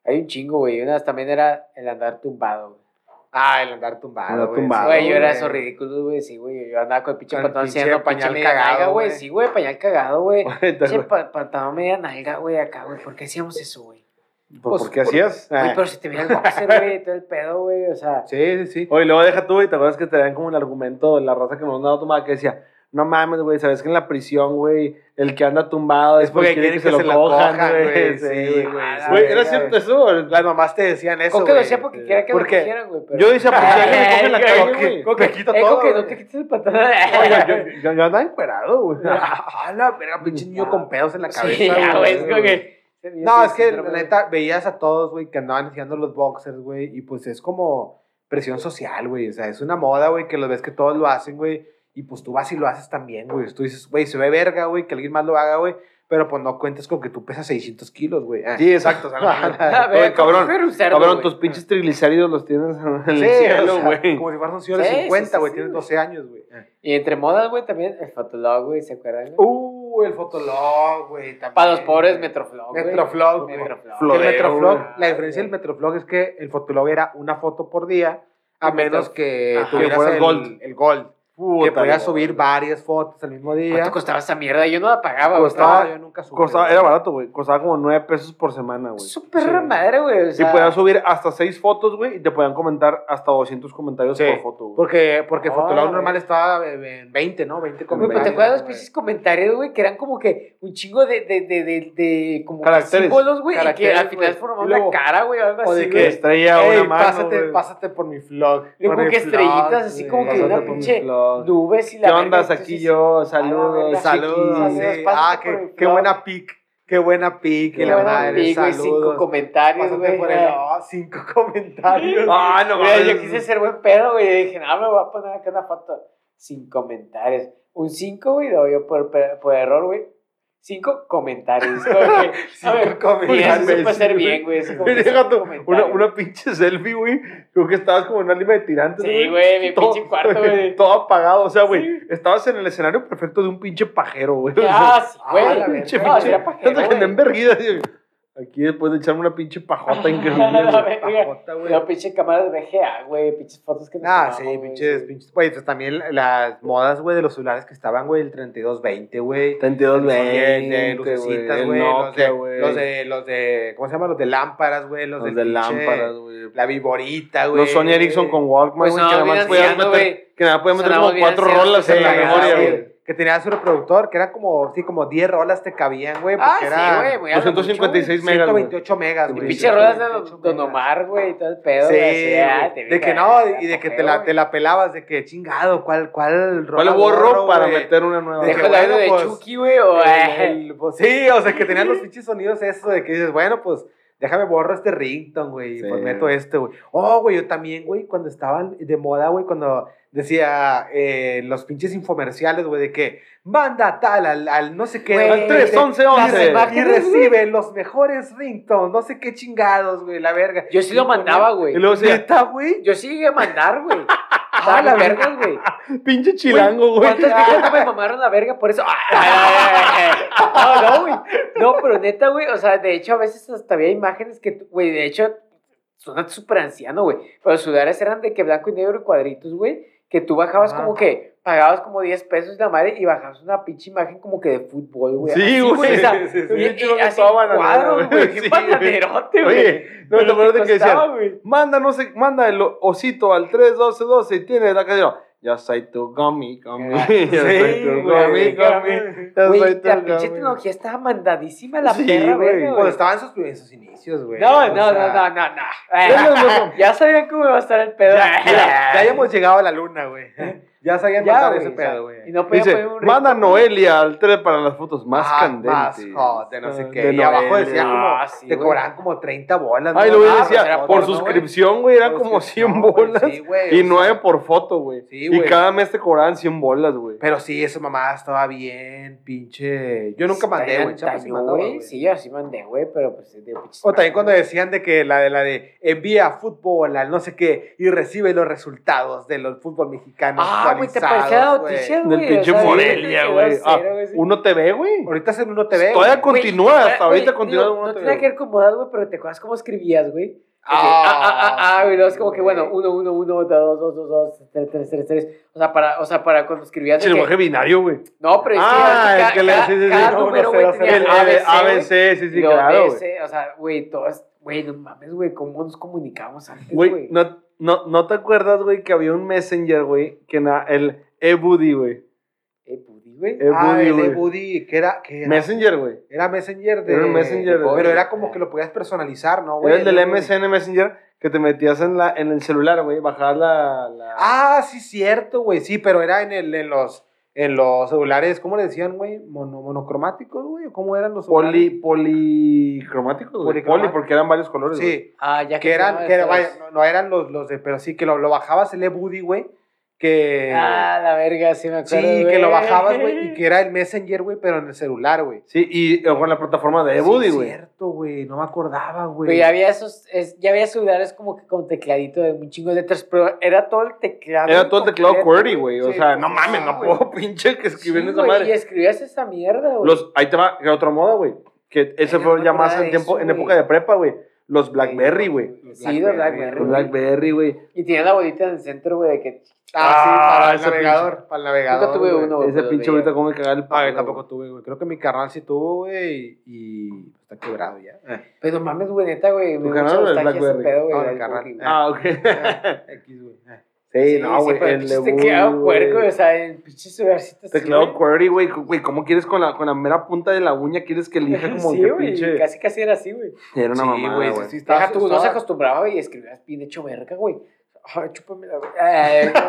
Hay un chingo, güey. Una también era el andar tumbado, güey.
Ah, el andar tumbado.
Andar
güey.
tumbado, Ah,
Güey, yo era
güey.
esos ridículos, güey, sí, güey. Yo andaba con el pinche
Con el
pantalón
pinche
haciendo
pañal
pañal media
cagado,
nalga, güey.
güey.
Sí, güey, pañal cagado, güey.
Ahorita,
Pinche
güey.
pa- pantalón media nalga, güey, acá, güey. ¿Por qué hacíamos eso, güey?
¿Por
pues,
por qué hacías?
Güey,
Ah.
pero si te veía el boxer, güey, todo el pedo, güey. O sea,
Sí, sí, sí.
Oye, luego deja tú, güey, ¿te acuerdas que te dan como el argumento de la raza que nos han dado tumbada que decía, no mames, güey, sabes que en la prisión, güey, el que anda tumbado es porque quiere que, se, lo
la
cojan,
cojan,
güey. Sí,
güey, sí,
güey.
güey,
sí,
Güey, ¿era
verga,
cierto eso?
Las mamás te decían eso,
Coque lo
güey.
hacía porque quería que lo
Porque
cogieran, güey. pero-
Yo decía, pues,
Ay,
ya que me coge la
güey,
calle,
güey.
güey.
Coque, quita
Eh,
todo.
Coque, no
güey.
te quites el pantalón.
Oiga, yo, yo, yo andaba encuerado, güey.
Ah, la verga, pinche niño con pedos en la cabeza.
Sí, ya, güey, es como que-
No, es que la
Síndrome.
neta veías a todos, güey, que andaban enseñando los boxers, güey, y pues es como presión social, güey. O sea, es una moda, güey, que lo ves que todos lo hacen, güey, y pues tú vas y lo haces también, güey. Tú dices, güey, se ve verga, güey, que alguien más lo haga, güey, pero pues no cuentes con que tú pesas 600 kilos, güey. Ah.
Sí, exacto. O sea, no,
A ver,
Oye, cabrón,
coge era un cerdo,
cabrón,
güey.
tus pinches triglicéridos los tienes en el
Sí, o
cielo,
sea,
güey.
como si fueras un señor de
Sí, sí,
50,
sí,
güey,
sí,
tienes
güey.
12 años, güey. Ah.
Y entre modas, güey, también el fotolog, güey, ¿se acuerdan? güey?
Uh, el fotolog, güey. también,
Para los pobres,
güey.
Metroflog, güey.
Metroflog, güey.
Metroflog.
Flog.
el
Flodeo,
Metroflog,
güey.
la diferencia del Metroflog es que el Fotolog era una foto por día, a
El Metrof-
menos que
Ajá.
tuvieras
Que fueras
el
Gold.
El Gold.
Puta,
que podías
güey.
subir varias fotos al mismo día.
¿Cuánto costaba esa mierda? Yo no la pagaba, güey. Ah,
Costaba-
No, yo nunca subí.
Costaba-
güey.
era barato, güey. Costaba como 9 pesos por semana, güey.
Súper
Sí.
madre, güey. O
Y
sea,
podías subir hasta 6 fotos, güey, y te podían comentar hasta 200 comentarios
Sí.
por foto, güey.
Porque, porque el
Ah,
Fotolog
güey.
normal estaba eh, en 20, ¿no? 20
Güey,
Güey, pero
comentarios.
te acuerdas pues? de los
güey.
pinches comentarios, güey, que eran como que un chingo de, de, de, de, de como que
Caracteres.
símbolos, güey, y que
Caracteres,
al final
güey.
formaban
Y luego-
una cara, güey, o algo
o de
así,
que
Que
güey.
estrella
Ey,
una mano,
pásate,
güey.
pásate por mi vlog.
Y
por
como
mi
que
vlog,
estrellitas, así
güey.
como que
Pásate
una
por mi
pinche
vlog.
nubes y la
¿Qué
verga,
ondas
entonces,
aquí yo?
a la
Saludos,
verga.
Saludos,
saludos.
Saludos,
sí.
pásate
Ah,
por
qué,
el
qué
blog.
buena pic. Qué buena pic.
Qué
y la
buena
madre,
pic,
güey, cinco
saludos.
comentarios,
Pásate
güey.
por el- oh, cinco comentarios.
Ah, no,
Mira,
mames.
yo quise ser buen pedo, güey. y Dije, no, me voy a poner acá una foto sin comentarios. Un 5, güey, lo yo por, per- por error, güey. 5 comentarios. güey.
Cinco
A ver,
comentarios,
Y eso supe hacer
güey.
bien, güey. eso como que
Deja
cinco
tú,
comentarios.
una, una pinche selfie, güey. Creo que estabas como en una lima de tirantes,
Sí, güey, mi
Todo-
pinche cuarto, güey.
Todo apagado, o sea, güey.
Sí.
Estabas en el escenario perfecto de un pinche pajero, güey. O sea,
Ah, sí, güey.
Ah, la
pinche,
verga,
pinche.
era pajero,
Tanto que
güey.
te enverguida, así, Aquí después de echarme una pinche pajota increíble.
La
güey.
verga.
Pajota, güey.
Pero pinche cámaras de VGA, güey, pinches fotos que nos
Ah,
tomamos,
sí,
güey,
pinches, pinches. Güey, pues también las modas, güey, de los celulares que estaban, güey, el 3220, güey. Bien,
3220,
de lucecitas,
el
güey. Los,
Nokia,
de-
eh, güey.
los de, los de, ¿cómo se llama? Los de lámparas, güey. Los,
Los
del
de
pinche-
lámparas, güey.
La viborita, güey.
Los Sony Ericsson con Walkman,
Pues
güey,
no,
que nada
bien
más podías
anciano,
meter,
güey.
que nada más podías meter
Sonamos
como
bien
cuatro
ancianos,
rolas
Sí,
en la
güey.
memoria,
cagada,
güey.
güey.
Que tenía su reproductor, que era como, sí, como 10 rolas te cabían, güey.
Ah,
porque
sí,
era
güey, güey, a lo
256
mucho,
megas, güey.
128 megas,
Y
güey.
güey.
Y pinche rolas de
128
Don
megas.
Omar, güey, y todo el pedo.
Sí,
güey, así, ah, te
güey.
vi
de que
cagado,
no, y de que te la,
apogeo,
te
güey.
la pelabas, de que chingado, ¿cuál, cuál rola
¿Cuál borro para
güey?
meter una nueva?
de
güey?
Dejo
que,
el audio
bueno,
de
pues,
Chucky, güey, o... eh,
El- el- pues, sí, o sea, que tenían los pinches sonidos eso de que dices, bueno, pues déjame borro este rington, güey, y
Sí.
pues meto este, güey. Oh, güey, yo también, güey, cuando estaban de moda, güey, cuando decía eh, los pinches infomerciales, güey, de que manda tal al, al no sé qué.
Güey,
al
Tres,
trece,
once,
y
once.
se- Y recibe los mejores ringtones, no sé qué chingados, güey, la verga.
Yo sí lo mandaba, güey.
Y luego se
¿Neta, güey?
Yo sí llegué a mandar, güey.
Ah,
Ah,
la
la verga, güey.
pinche chilango, güey.
¿Cuántas veces no me mamaron la verga por eso? Ah, ah, ah, ah. No, no, güey. No, pero neta, güey. O sea, de hecho, a veces hasta había imágenes que, tú- güey, de hecho, suena súper anciano, güey. Pero sus lugares eran de que blanco y negro y cuadritos, güey. Que tú bajabas
Ajá.
como que, pagabas como 10 pesos la madre y bajabas una pinche imagen como que de fútbol, güey.
Sí,
Así,
güey.
o sea,
Sí, sí, sí.
y- y
Pinche imagen
así
toda bananera,
cuadros,
güey.
güey. Qué
Sí, güey.
bananerote, güey.
Oye, no
Pero
te acuerdas de que
costaba,
decían,
güey.
manda, no sé, manda el osito al 31212 y tiene la canción. Ya soy tu gummy, gummy.
Ah,
Ya soy
Sí,
tu gummy,
güey.
gummy. Ya soy
Güey,
tu
la pinche
gummy.
tecnología estaba mandadísima la
Sí,
perra,
güey.
verga,
Cuando
güey.
estaban sus, en sus inicios, güey.
No,
O
no, no,
sea,
no, no, no.
Ya nos vamos.
Ya sabían cómo iba a estar el pedo.
Ya, ya, ya habíamos llegado a la luna, güey. Ya sabían
Ya,
mandar
güey,
ese
o sea,
pedo, güey.
Y no podía
Dice,
poner un
manda a
ritmo.
Noelia al 3 para las fotos más
Ah, Más
candentes. Ah,
hot, de no sé qué.
De
y abajo
Noelia.
decía como,
Ah, sí,
te
güey.
cobraban como 30 bolas.
Ay,
¿no?
lo
Ah,
decía,
pues era
por
porno,
suscripción, güey, eran como 100 bolas.
Sí, güey,
y
o sea,
9 por foto, güey.
Sí,
y
güey.
cada mes te cobraban 100 bolas, güey.
Pero sí, esa mamá estaba bien, pinche. Yo nunca mandé, güey. chapa, sí
Antaño,
mandaba,
güey.
güey.
Sí, yo sí mandé, güey, pero pues de pinches.
O también cuando decían de que la de la de envía fútbol al no sé qué y recibe los resultados del fútbol mexicano.
Ah, güey, te
actualizados,
parecía la
güey.
Del
noticia, güey. o
pinche
sea, de
Morelia, güey.
0-0,
Ah,
sí.
Uno TV, güey.
Ahorita es en uno TV. güey.
Todavía continúa,
Güey,
hasta ahorita
güey,
continúa
digo,
en uno
No
TV.
tenía que ver con modas, güey, pero te acuerdas cómo escribías, güey. Ah, ah, ah,
Ah,
ah, güey, luego es como que, bueno,
güey.
1, 1, 1, 2, 2, 2, 2, 3, 3, 3, 3. O sea, para, o sea, para cuando escribías.
Pinche
de que-
lenguaje binario, güey.
No, pero es
Ah,
que,
el que le
cada,
sí, sí, sí,
cada
no,
número,
no,
güey,
cero,
tenía
El
cero,
ABC,
ABC,
güey,
sí, sí,
y luego
claro, güey.
DC, O sea, güey, todo es, güey, no mames, güey, cómo nos comunicábamos antes,
Güey,
güey.
no, no, ¿no te acuerdas, güey, que había un messenger, güey, que era el e-buddy, güey?
Eh, pudi, güey.
Eh,
Ah,
Buddy,
el
güey.
E-Buddy, que era, que era,
Messenger, güey.
era Messenger de...
Era un Messenger de-
Pero era como que lo podías personalizar, ¿no, güey?
Era el del
E-Buddy.
MSN Messenger que te metías en, la, en el celular, güey, bajabas la... la-
Ah, sí, cierto, güey, sí, pero era en, el, en los... En los celulares, ¿cómo le decían, güey? Mono- monocromáticos, güey. ¿Cómo eran los celulares?
Poli, policromáticos, güey. Poli,
Policromático.
porque eran varios colores, güey.
Sí,
Ah, ya
que eran,
no,
que era-
estabas-
vaya, no, no eran los, los de, pero sí, que lo, lo bajabas el e-buddy, güey,
eh,
que...
Ah, la verga, sí me acuerdo.
sí, que lo
güey.
bajabas, güey, y que era el messenger, güey, pero en el celular, güey.
Sí, y eh, con la plataforma de Buddy,
Sí,
güey.
cierto, güey, no me acordaba, güey.
Pero ya había esos, es- ya había celulares como que con tecladito de un chingo de letras, pero era todo el teclado.
Era todo el teclado
completo,
QWERTY, güey. O
Sí,
sea,
güey.
no mames,
Ah,
no
güey.
puedo pinche que escribir
Sí,
en esa
güey, Y
madre.
escribías esa mierda, güey.
Los, ahí te va, que otra moda, güey. Que ese
Ay, no
fue
me
ya
acordaba
más en,
de
tiempo,
eso,
en
güey.
época de prepa, güey. Los Blackberry, güey.
Sí, los Blackberry,
Los
güey.
Blackberry, güey.
Y tenía la bolita en el centro, güey, de que
Ah,
Ah, sí, para el
ese
navegador, para el navegador.
Nunca tuve
güey.
uno, güey.
Ese
pero
pinche
veía.
ahorita cómo me cagar el
Ah,
palo,
yo tampoco
güey.
tuve, güey. Creo que mi carnal sí tuvo, güey, y
pues,
y está quebrado ya. Eh,
Pero Pues, mames, güey, neta, güey. Me
¿Tu
gusta
canal o Pues, el
nostalgia ese
Blackberry?
pedo, güey.
No, el
del
canal.
Burger, güey.
Ah, ok.
X, güey. eh.
Sí, no, güey.
pero
el
pinches
de
teclado
Buddy,
puerco,
güey.
o sea, en pinches lugarcitos.
Teclado QWERTY, güey. Güey, ¿cómo quieres con la, con la mera punta de la uña? ¿Quieres que elija como
Sí,
que
güey,
pinche?
casi casi era así, güey.
Era una
Sí,
mamada,
güey,
güey.
sí, sí, estaba-
Deja tú, no se
estaba-
acostumbraba güey, y escribías bien hecho verga, güey. Ay, chúpame la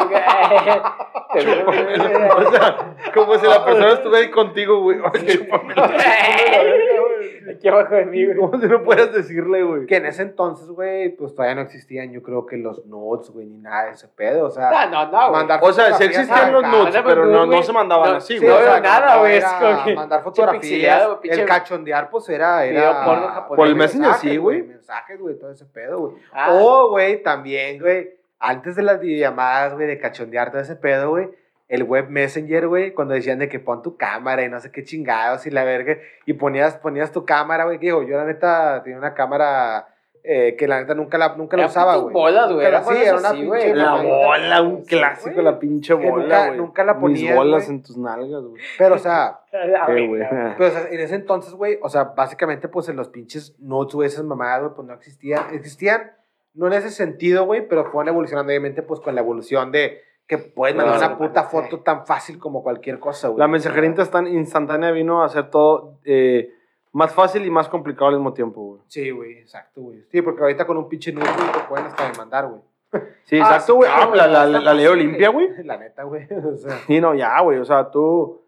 verga.
Chúpamela. O sea, como si la persona estuviera ahí contigo, güey. Oye, chúpamela.
Aquí abajo de mí, güey.
¿Cómo si no puedas decirle, güey?
Que en ese entonces, güey, pues todavía no existían, yo creo que los notes, güey, ni nada de ese pedo. O sea,
No, Ah, no, no, güey.
mandar
O sea, sí
fotografías
existían
a
los
la
nudes,
cara.
Mándame
pero
un
no,
nude,
no se mandaban
No,
así,
sí,
güey.
no,
O sea,
no, nada,
mandar
güey, es
era-
como que-
Mandar
pixeleado,
fotografías,
pinche-
el cachondear, pues era...
Video
era
porno japonés.
Por el Messenger,
mensajes,
sí, güey.
Mensajes, güey, todo ese pedo, güey.
Ah,
O, güey, también, güey, antes de las videollamadas, güey, de cachondear todo ese pedo, güey, el web messenger, güey, cuando decían de que pon tu cámara y no sé qué chingados y la verga, y ponías, ponías tu cámara, güey, que digo, yo la neta tenía una cámara eh, que la neta nunca la, nunca la
Eran
usaba,
putas
güey.
bolas, güey.
Nunca la-
eran
sí,
bolas
era una
así, güey.
pinche
La
güey.
bola, un
Sí,
clásico,
güey.
la pinche
Que
bola,
nunca-
güey.
nunca la
Mis
ponías,
bolas
güey.
en tus nalgas, güey.
Pero, o sea,
A la
Eh, güey.
verga.
Pero o sea, en ese entonces, güey, o sea, básicamente, pues en los pinches notes, güey, esas mamadas, güey, pues no existían. Existían, no en ese sentido, güey, pero fueron evolucionando, obviamente, pues con la evolución de que puedes mandar
Claro,
una puta
sí.
foto tan fácil como cualquier cosa, güey.
La mensajería instan- instantánea vino a hacer todo eh, más fácil y más complicado al mismo tiempo, güey.
Sí, güey, exacto, güey. Sí, porque ahorita con un pinche nude, güey, te pueden hasta demandar, güey.
Sí,
Ah, sí,
exacto, güey.
claro,
Ah, la,
güey,
la,
está
la, la ley
fácil,
Olimpia, güey.
La neta, güey. O sea,
Sí, no, ya, güey. O sea, tú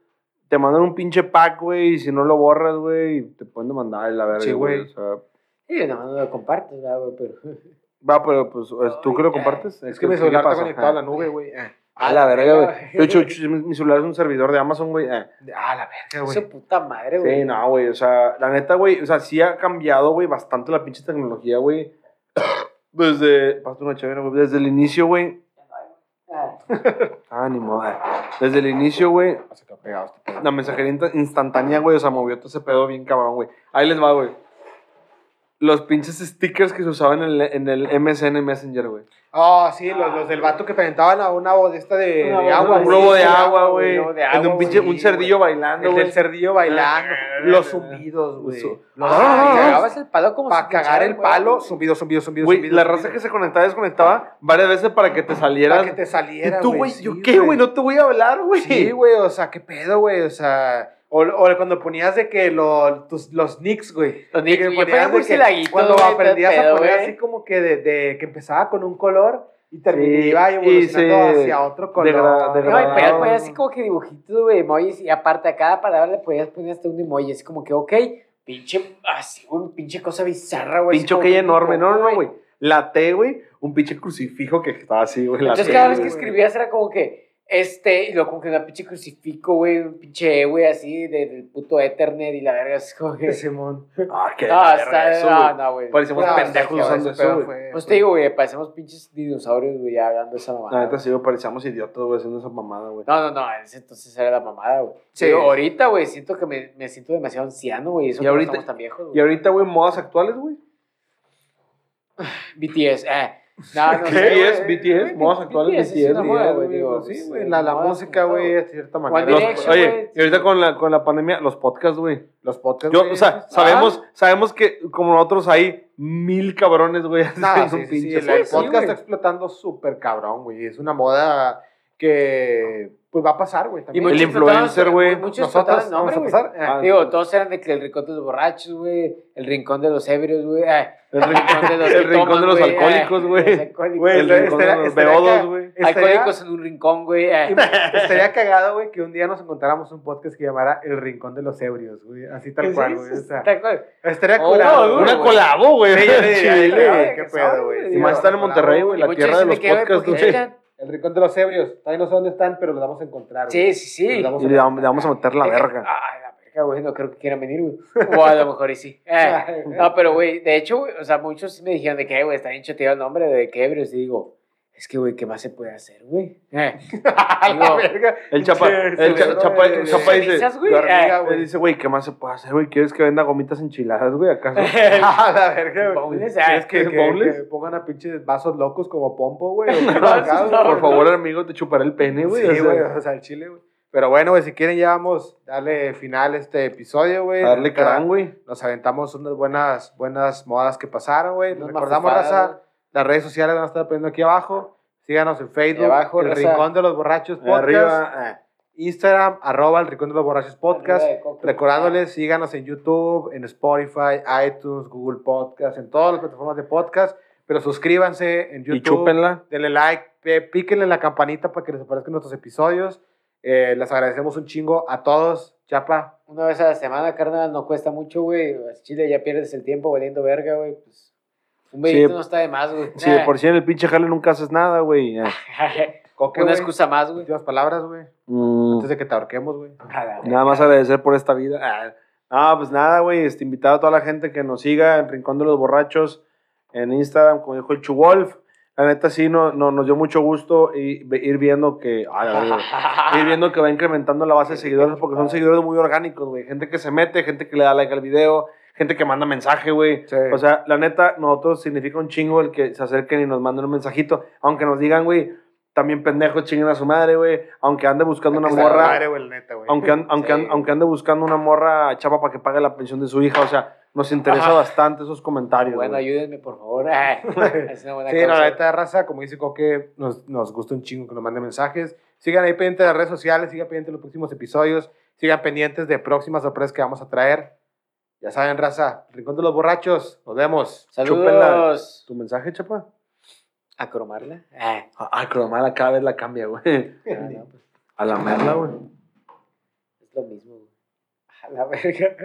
te mandan un pinche pack, güey, y si no lo borras, güey, te pueden demandar la verga,
Sí,
güey.
güey.
O sea,
Sí, no, no lo compartes, ¿verdad, güey, pero...
va, pero pues, es- ¿tú
Ay,
que lo
ya.
compartes?
es que mi
¿Qué
celular está
pasa?
conectado a la
Ah.
nube, güey. Ah,
A la verga, güey.
Yo
Yo, yo- yo- mi mi celular es un servidor de Amazon, güey. Ah.
Ah, la verga, güey.
Su puta madre, güey.
Sí, no, güey. O sea, la neta, güey. O sea, sí ha cambiado, güey, bastante la pinche tecnología, güey. Desde. Pásate una chévere, güey. Desde el inicio, güey.
Ah,
Ánimo, güey. ah. Desde el inicio, güey.
Se quedó pegado este pedo.
La mensajería insta- instantánea, güey. O sea, movió todo ese pedo bien cabrón, güey. Ahí les va, güey. Los pinches stickers que se usaban en el, en el MSN Messenger, güey.
Ah, sí, los, los del vato que presentaban a una bodesta de,
Una
de
bola
agua.
un
güey.
globo de
Sí,
agua,
un
güey.
globo de
El de
agua,
un pinche,
güey.
un cerdillo bailando,
El
güey.
del cerdillo bailando. los zumbidos, güey.
Eso.
Los
Ah,
zumbidos.
ah,
Cagabas
Cagabas el palo como
Para
si
cagar el
pinchara,
palo,
güey.
zumbido, zumbido, zumbido.
Güey,
zumbido,
la
zumbido.
raza que se conectaba y desconectaba varias veces para que te salieras.
Para que te saliera,
y tú, güey,
sí,
¿yo qué, güey? No te voy a hablar, güey.
Sí, güey, o sea, qué pedo, güey, o sea... O, o cuando ponías de que lo- tus- los nicks, güey.
Los nicks,
Que
yo
ponías
ponía
de
muy
que
silaguito,
Cuando
güey, todo
aprendías
pedo,
a poner
güey.
así como que de, de- que empezaba con un color y terminaba
y
evolucionando
se
hacia otro color.
degra-
No, y
No, y ponías,
degradado.
ponías así como que dibujitos, güey, emojis, y aparte a cada palabra le podías poner hasta un emoji, así como que, ok, pinche, así, güey, pinche cosa bizarra, güey. así
Pincho
pues, como
que
que
enorme.
tipo,
No, no, no, güey. La T, güey, un pinche crucifijo que estaba así, güey. la
Entonces
T,
cada vez que
güey.
escribías era como que, este, y luego como que una pinche crucifico, güey, un pinche, E, güey, así, de- del puto Ethernet y la verga, así como que...
Simón.
Ah, qué
No,
verga
está,
eso,
no,
güey.
no, güey.
Parecemos
No,
pendejos
sí,
usando
ese pedo
eso, güey.
fue-
Pues te digo, güey, parecemos pinches dinosaurios, güey, ya hablando de esa mamada.
La neta, sí, güey, parecíamos idiotas, güey, haciendo esa mamada, güey.
No, no, no, en ese entonces era la mamada, güey.
Sí.
Pero ahorita, güey, siento que me, me siento demasiado anciano, güey. Eso
Y
que no
ahorita-
estamos tan viejos,
Y
güey.
ahorita, güey, modas actuales, güey.
BTS, eh. No, no
¿Qué?
sé, güey.
BTS, BTS, modas actuales,
es una
BTS,
moda, güey,
güey,
digo,
sí,
pues,
güey,
eh,
la, la
moda,
música,
como
güey,
todo.
de cierta
One
manera.
Los-
Direction, güey.
oye, y ahorita con la, con la pandemia, los podcasts, güey.
Los podcasts,
Yo,
güey, Ah.
o sea,
esos-
sabemos, sabemos que como nosotros hay mil cabrones, güey,
Nah,
haciendo
sí,
un
sí, sí,
pinche
el el
podcast.
podcast está explotando súper cabrón, güey. Es una moda que pues va a pasar, güey.
Y
también.
muchos
El influencer,
trataban-
güey.
Muchos trataban
Nosotros
el
vamos
nombre,
a
güey.
pasar. Ah,
Ah,
Digo, todos eran de que el rincón de los borrachos, güey. El rincón de los ebrios, güey. eh,
El rincón de los,
que
el rincón
toman,
de los
güey, eh,
alcohólicos,
los
güey.
alcohólicos.
Güey,
El
estaría-
rincón de los
estaría
beodos,
acá-
güey.
estaría-
Alcohólicos en un rincón, güey. eh.
Estaría cagado, güey, que un día nos encontráramos un podcast que llamara El Rincón de los Ebrios, güey. Así tal cual, güey. O sea,
Tal cual.
estaría
Oh,
curado.
güey,
güey.
Una colabo, güey.
Sí, yo le diría,
Chile.
yo le diría,
que
qué
sabe,
pedo, güey.
güey.
Y más están en
colabo.
Monterrey, güey, la
Muchos
tierra de
dicen
los
que, güey,
podcasts,
porque
güey.
eran-
El Rincón de los Ebrios. Todavía no sé dónde están, pero los vamos a encontrar. güey.
Sí, sí, sí.
Nos vamos
Y le vamos, le vamos a meter la
Eh,
verga.
Ay, la verga, güey, no creo que quieran venir, güey. O a lo mejor y sí. Eh, No, pero, güey, de hecho, güey, o sea, muchos sí me dijeron de que, güey, está bien choteado el nombre de que ebrios. Y digo, es que, güey, ¿qué más se puede hacer, güey? Eh,
A la
digo,
verga.
El chapa,
Che,
el
se
cha-
ve,
chapa,
güey.
chapa dice,
¿Cenizas, güey?
yo arriba,
Eh.
güey, dice, güey, ¿qué más se puede hacer, güey? ¿Quieres que venda gomitas enchiladas, güey, acaso?
A la verga, güey.
Boneless,
¿Quieres
eh,
que,
que, que-
bowls?
que pongan a pinches vasos locos como pompo, güey. o
No,
colgados,
no,
Ah, Por favor, amigo, te chuparé el pene, güey.
Sí,
o sea,
güey, o sea, el chile, güey. Pero bueno, güey, si quieren ya vamos a darle final a este episodio, güey.
a darle
Neta,
carán, güey.
Nos aventamos unas buenas, buenas modas que pasaron, güey.
unas
Recordamos,
mafufadas,
raza, las redes sociales van a estar poniendo aquí abajo. Síganos en Facebook,
Y abajo,
El
raza.
Rincón de los Borrachos Podcast.
Arriba, eh.
Instagram, arroba El Rincón de los Borrachos Podcast.
arriba de coco.
Recordándoles, síganos en YouTube, en Spotify, iTunes, Google Podcast, en todas las plataformas de podcast. Pero suscríbanse en YouTube.
y chúpenla.
Denle like, eh, píquenle en la campanita para que les aparezcan nuestros episodios. Eh, les agradecemos un chingo a todos. Chapa,
Una vez a la semana, carnal, no cuesta mucho, güey. Al Chile ya pierdes el tiempo valiendo verga, güey. Pues, un bellito
Sí.
no está de más, güey.
Si
Eh.
de por sí en el pinche jale nunca haces nada, güey. eh.
Coque,
Una
güey.
excusa más, güey.
Últimas palabras, güey.
Mm.
Antes de que te ahorquemos, güey.
Nada más agradecer por esta vida. Ah, no, pues nada, güey. Este, invitar a toda la gente que nos siga en Rincón de los Borrachos, en Instagram, como dijo el Chuwolf. La neta sí no, no, nos dio mucho gusto y ve- ir viendo que ay, la verga, ir viendo que va incrementando la base de seguidores porque son seguidores muy orgánicos, güey. Gente que se mete, gente que le da like al video, gente que manda mensaje, güey.
Sí.
O sea, la neta, nosotros significa un chingo el que se acerquen y nos manden un mensajito. Aunque nos digan, güey, también pendejos chinguen a su madre, güey. Aunque ande buscando una
Que se la
morra.
madre, güey, la neta, güey.
Aunque, an- aunque, an-
Sí.
aunque ande buscando una morra chapa para que pague la pensión de su hija, o sea, nos interesa
Ajá.
bastante esos comentarios.
Ah, Bueno,
güey.
ayúdenme, por favor. Ay, es una buena
Sí,
causa.
no, la neta raza, como dice Coque, nos, nos gusta un chingo que nos manden mensajes. Sigan ahí pendientes de las redes sociales, sigan pendientes de los próximos episodios, sigan pendientes de próximas sorpresas que vamos a traer. Ya saben, raza, Rincón de los Borrachos, nos vemos.
Saludos.
¿Tu mensaje, chapa?
¿A cromarla? Ay,
Ah, cromada cada vez la cambia, güey.
no, no, pues,
A la merla, güey.
es lo mismo. güey. A la verga.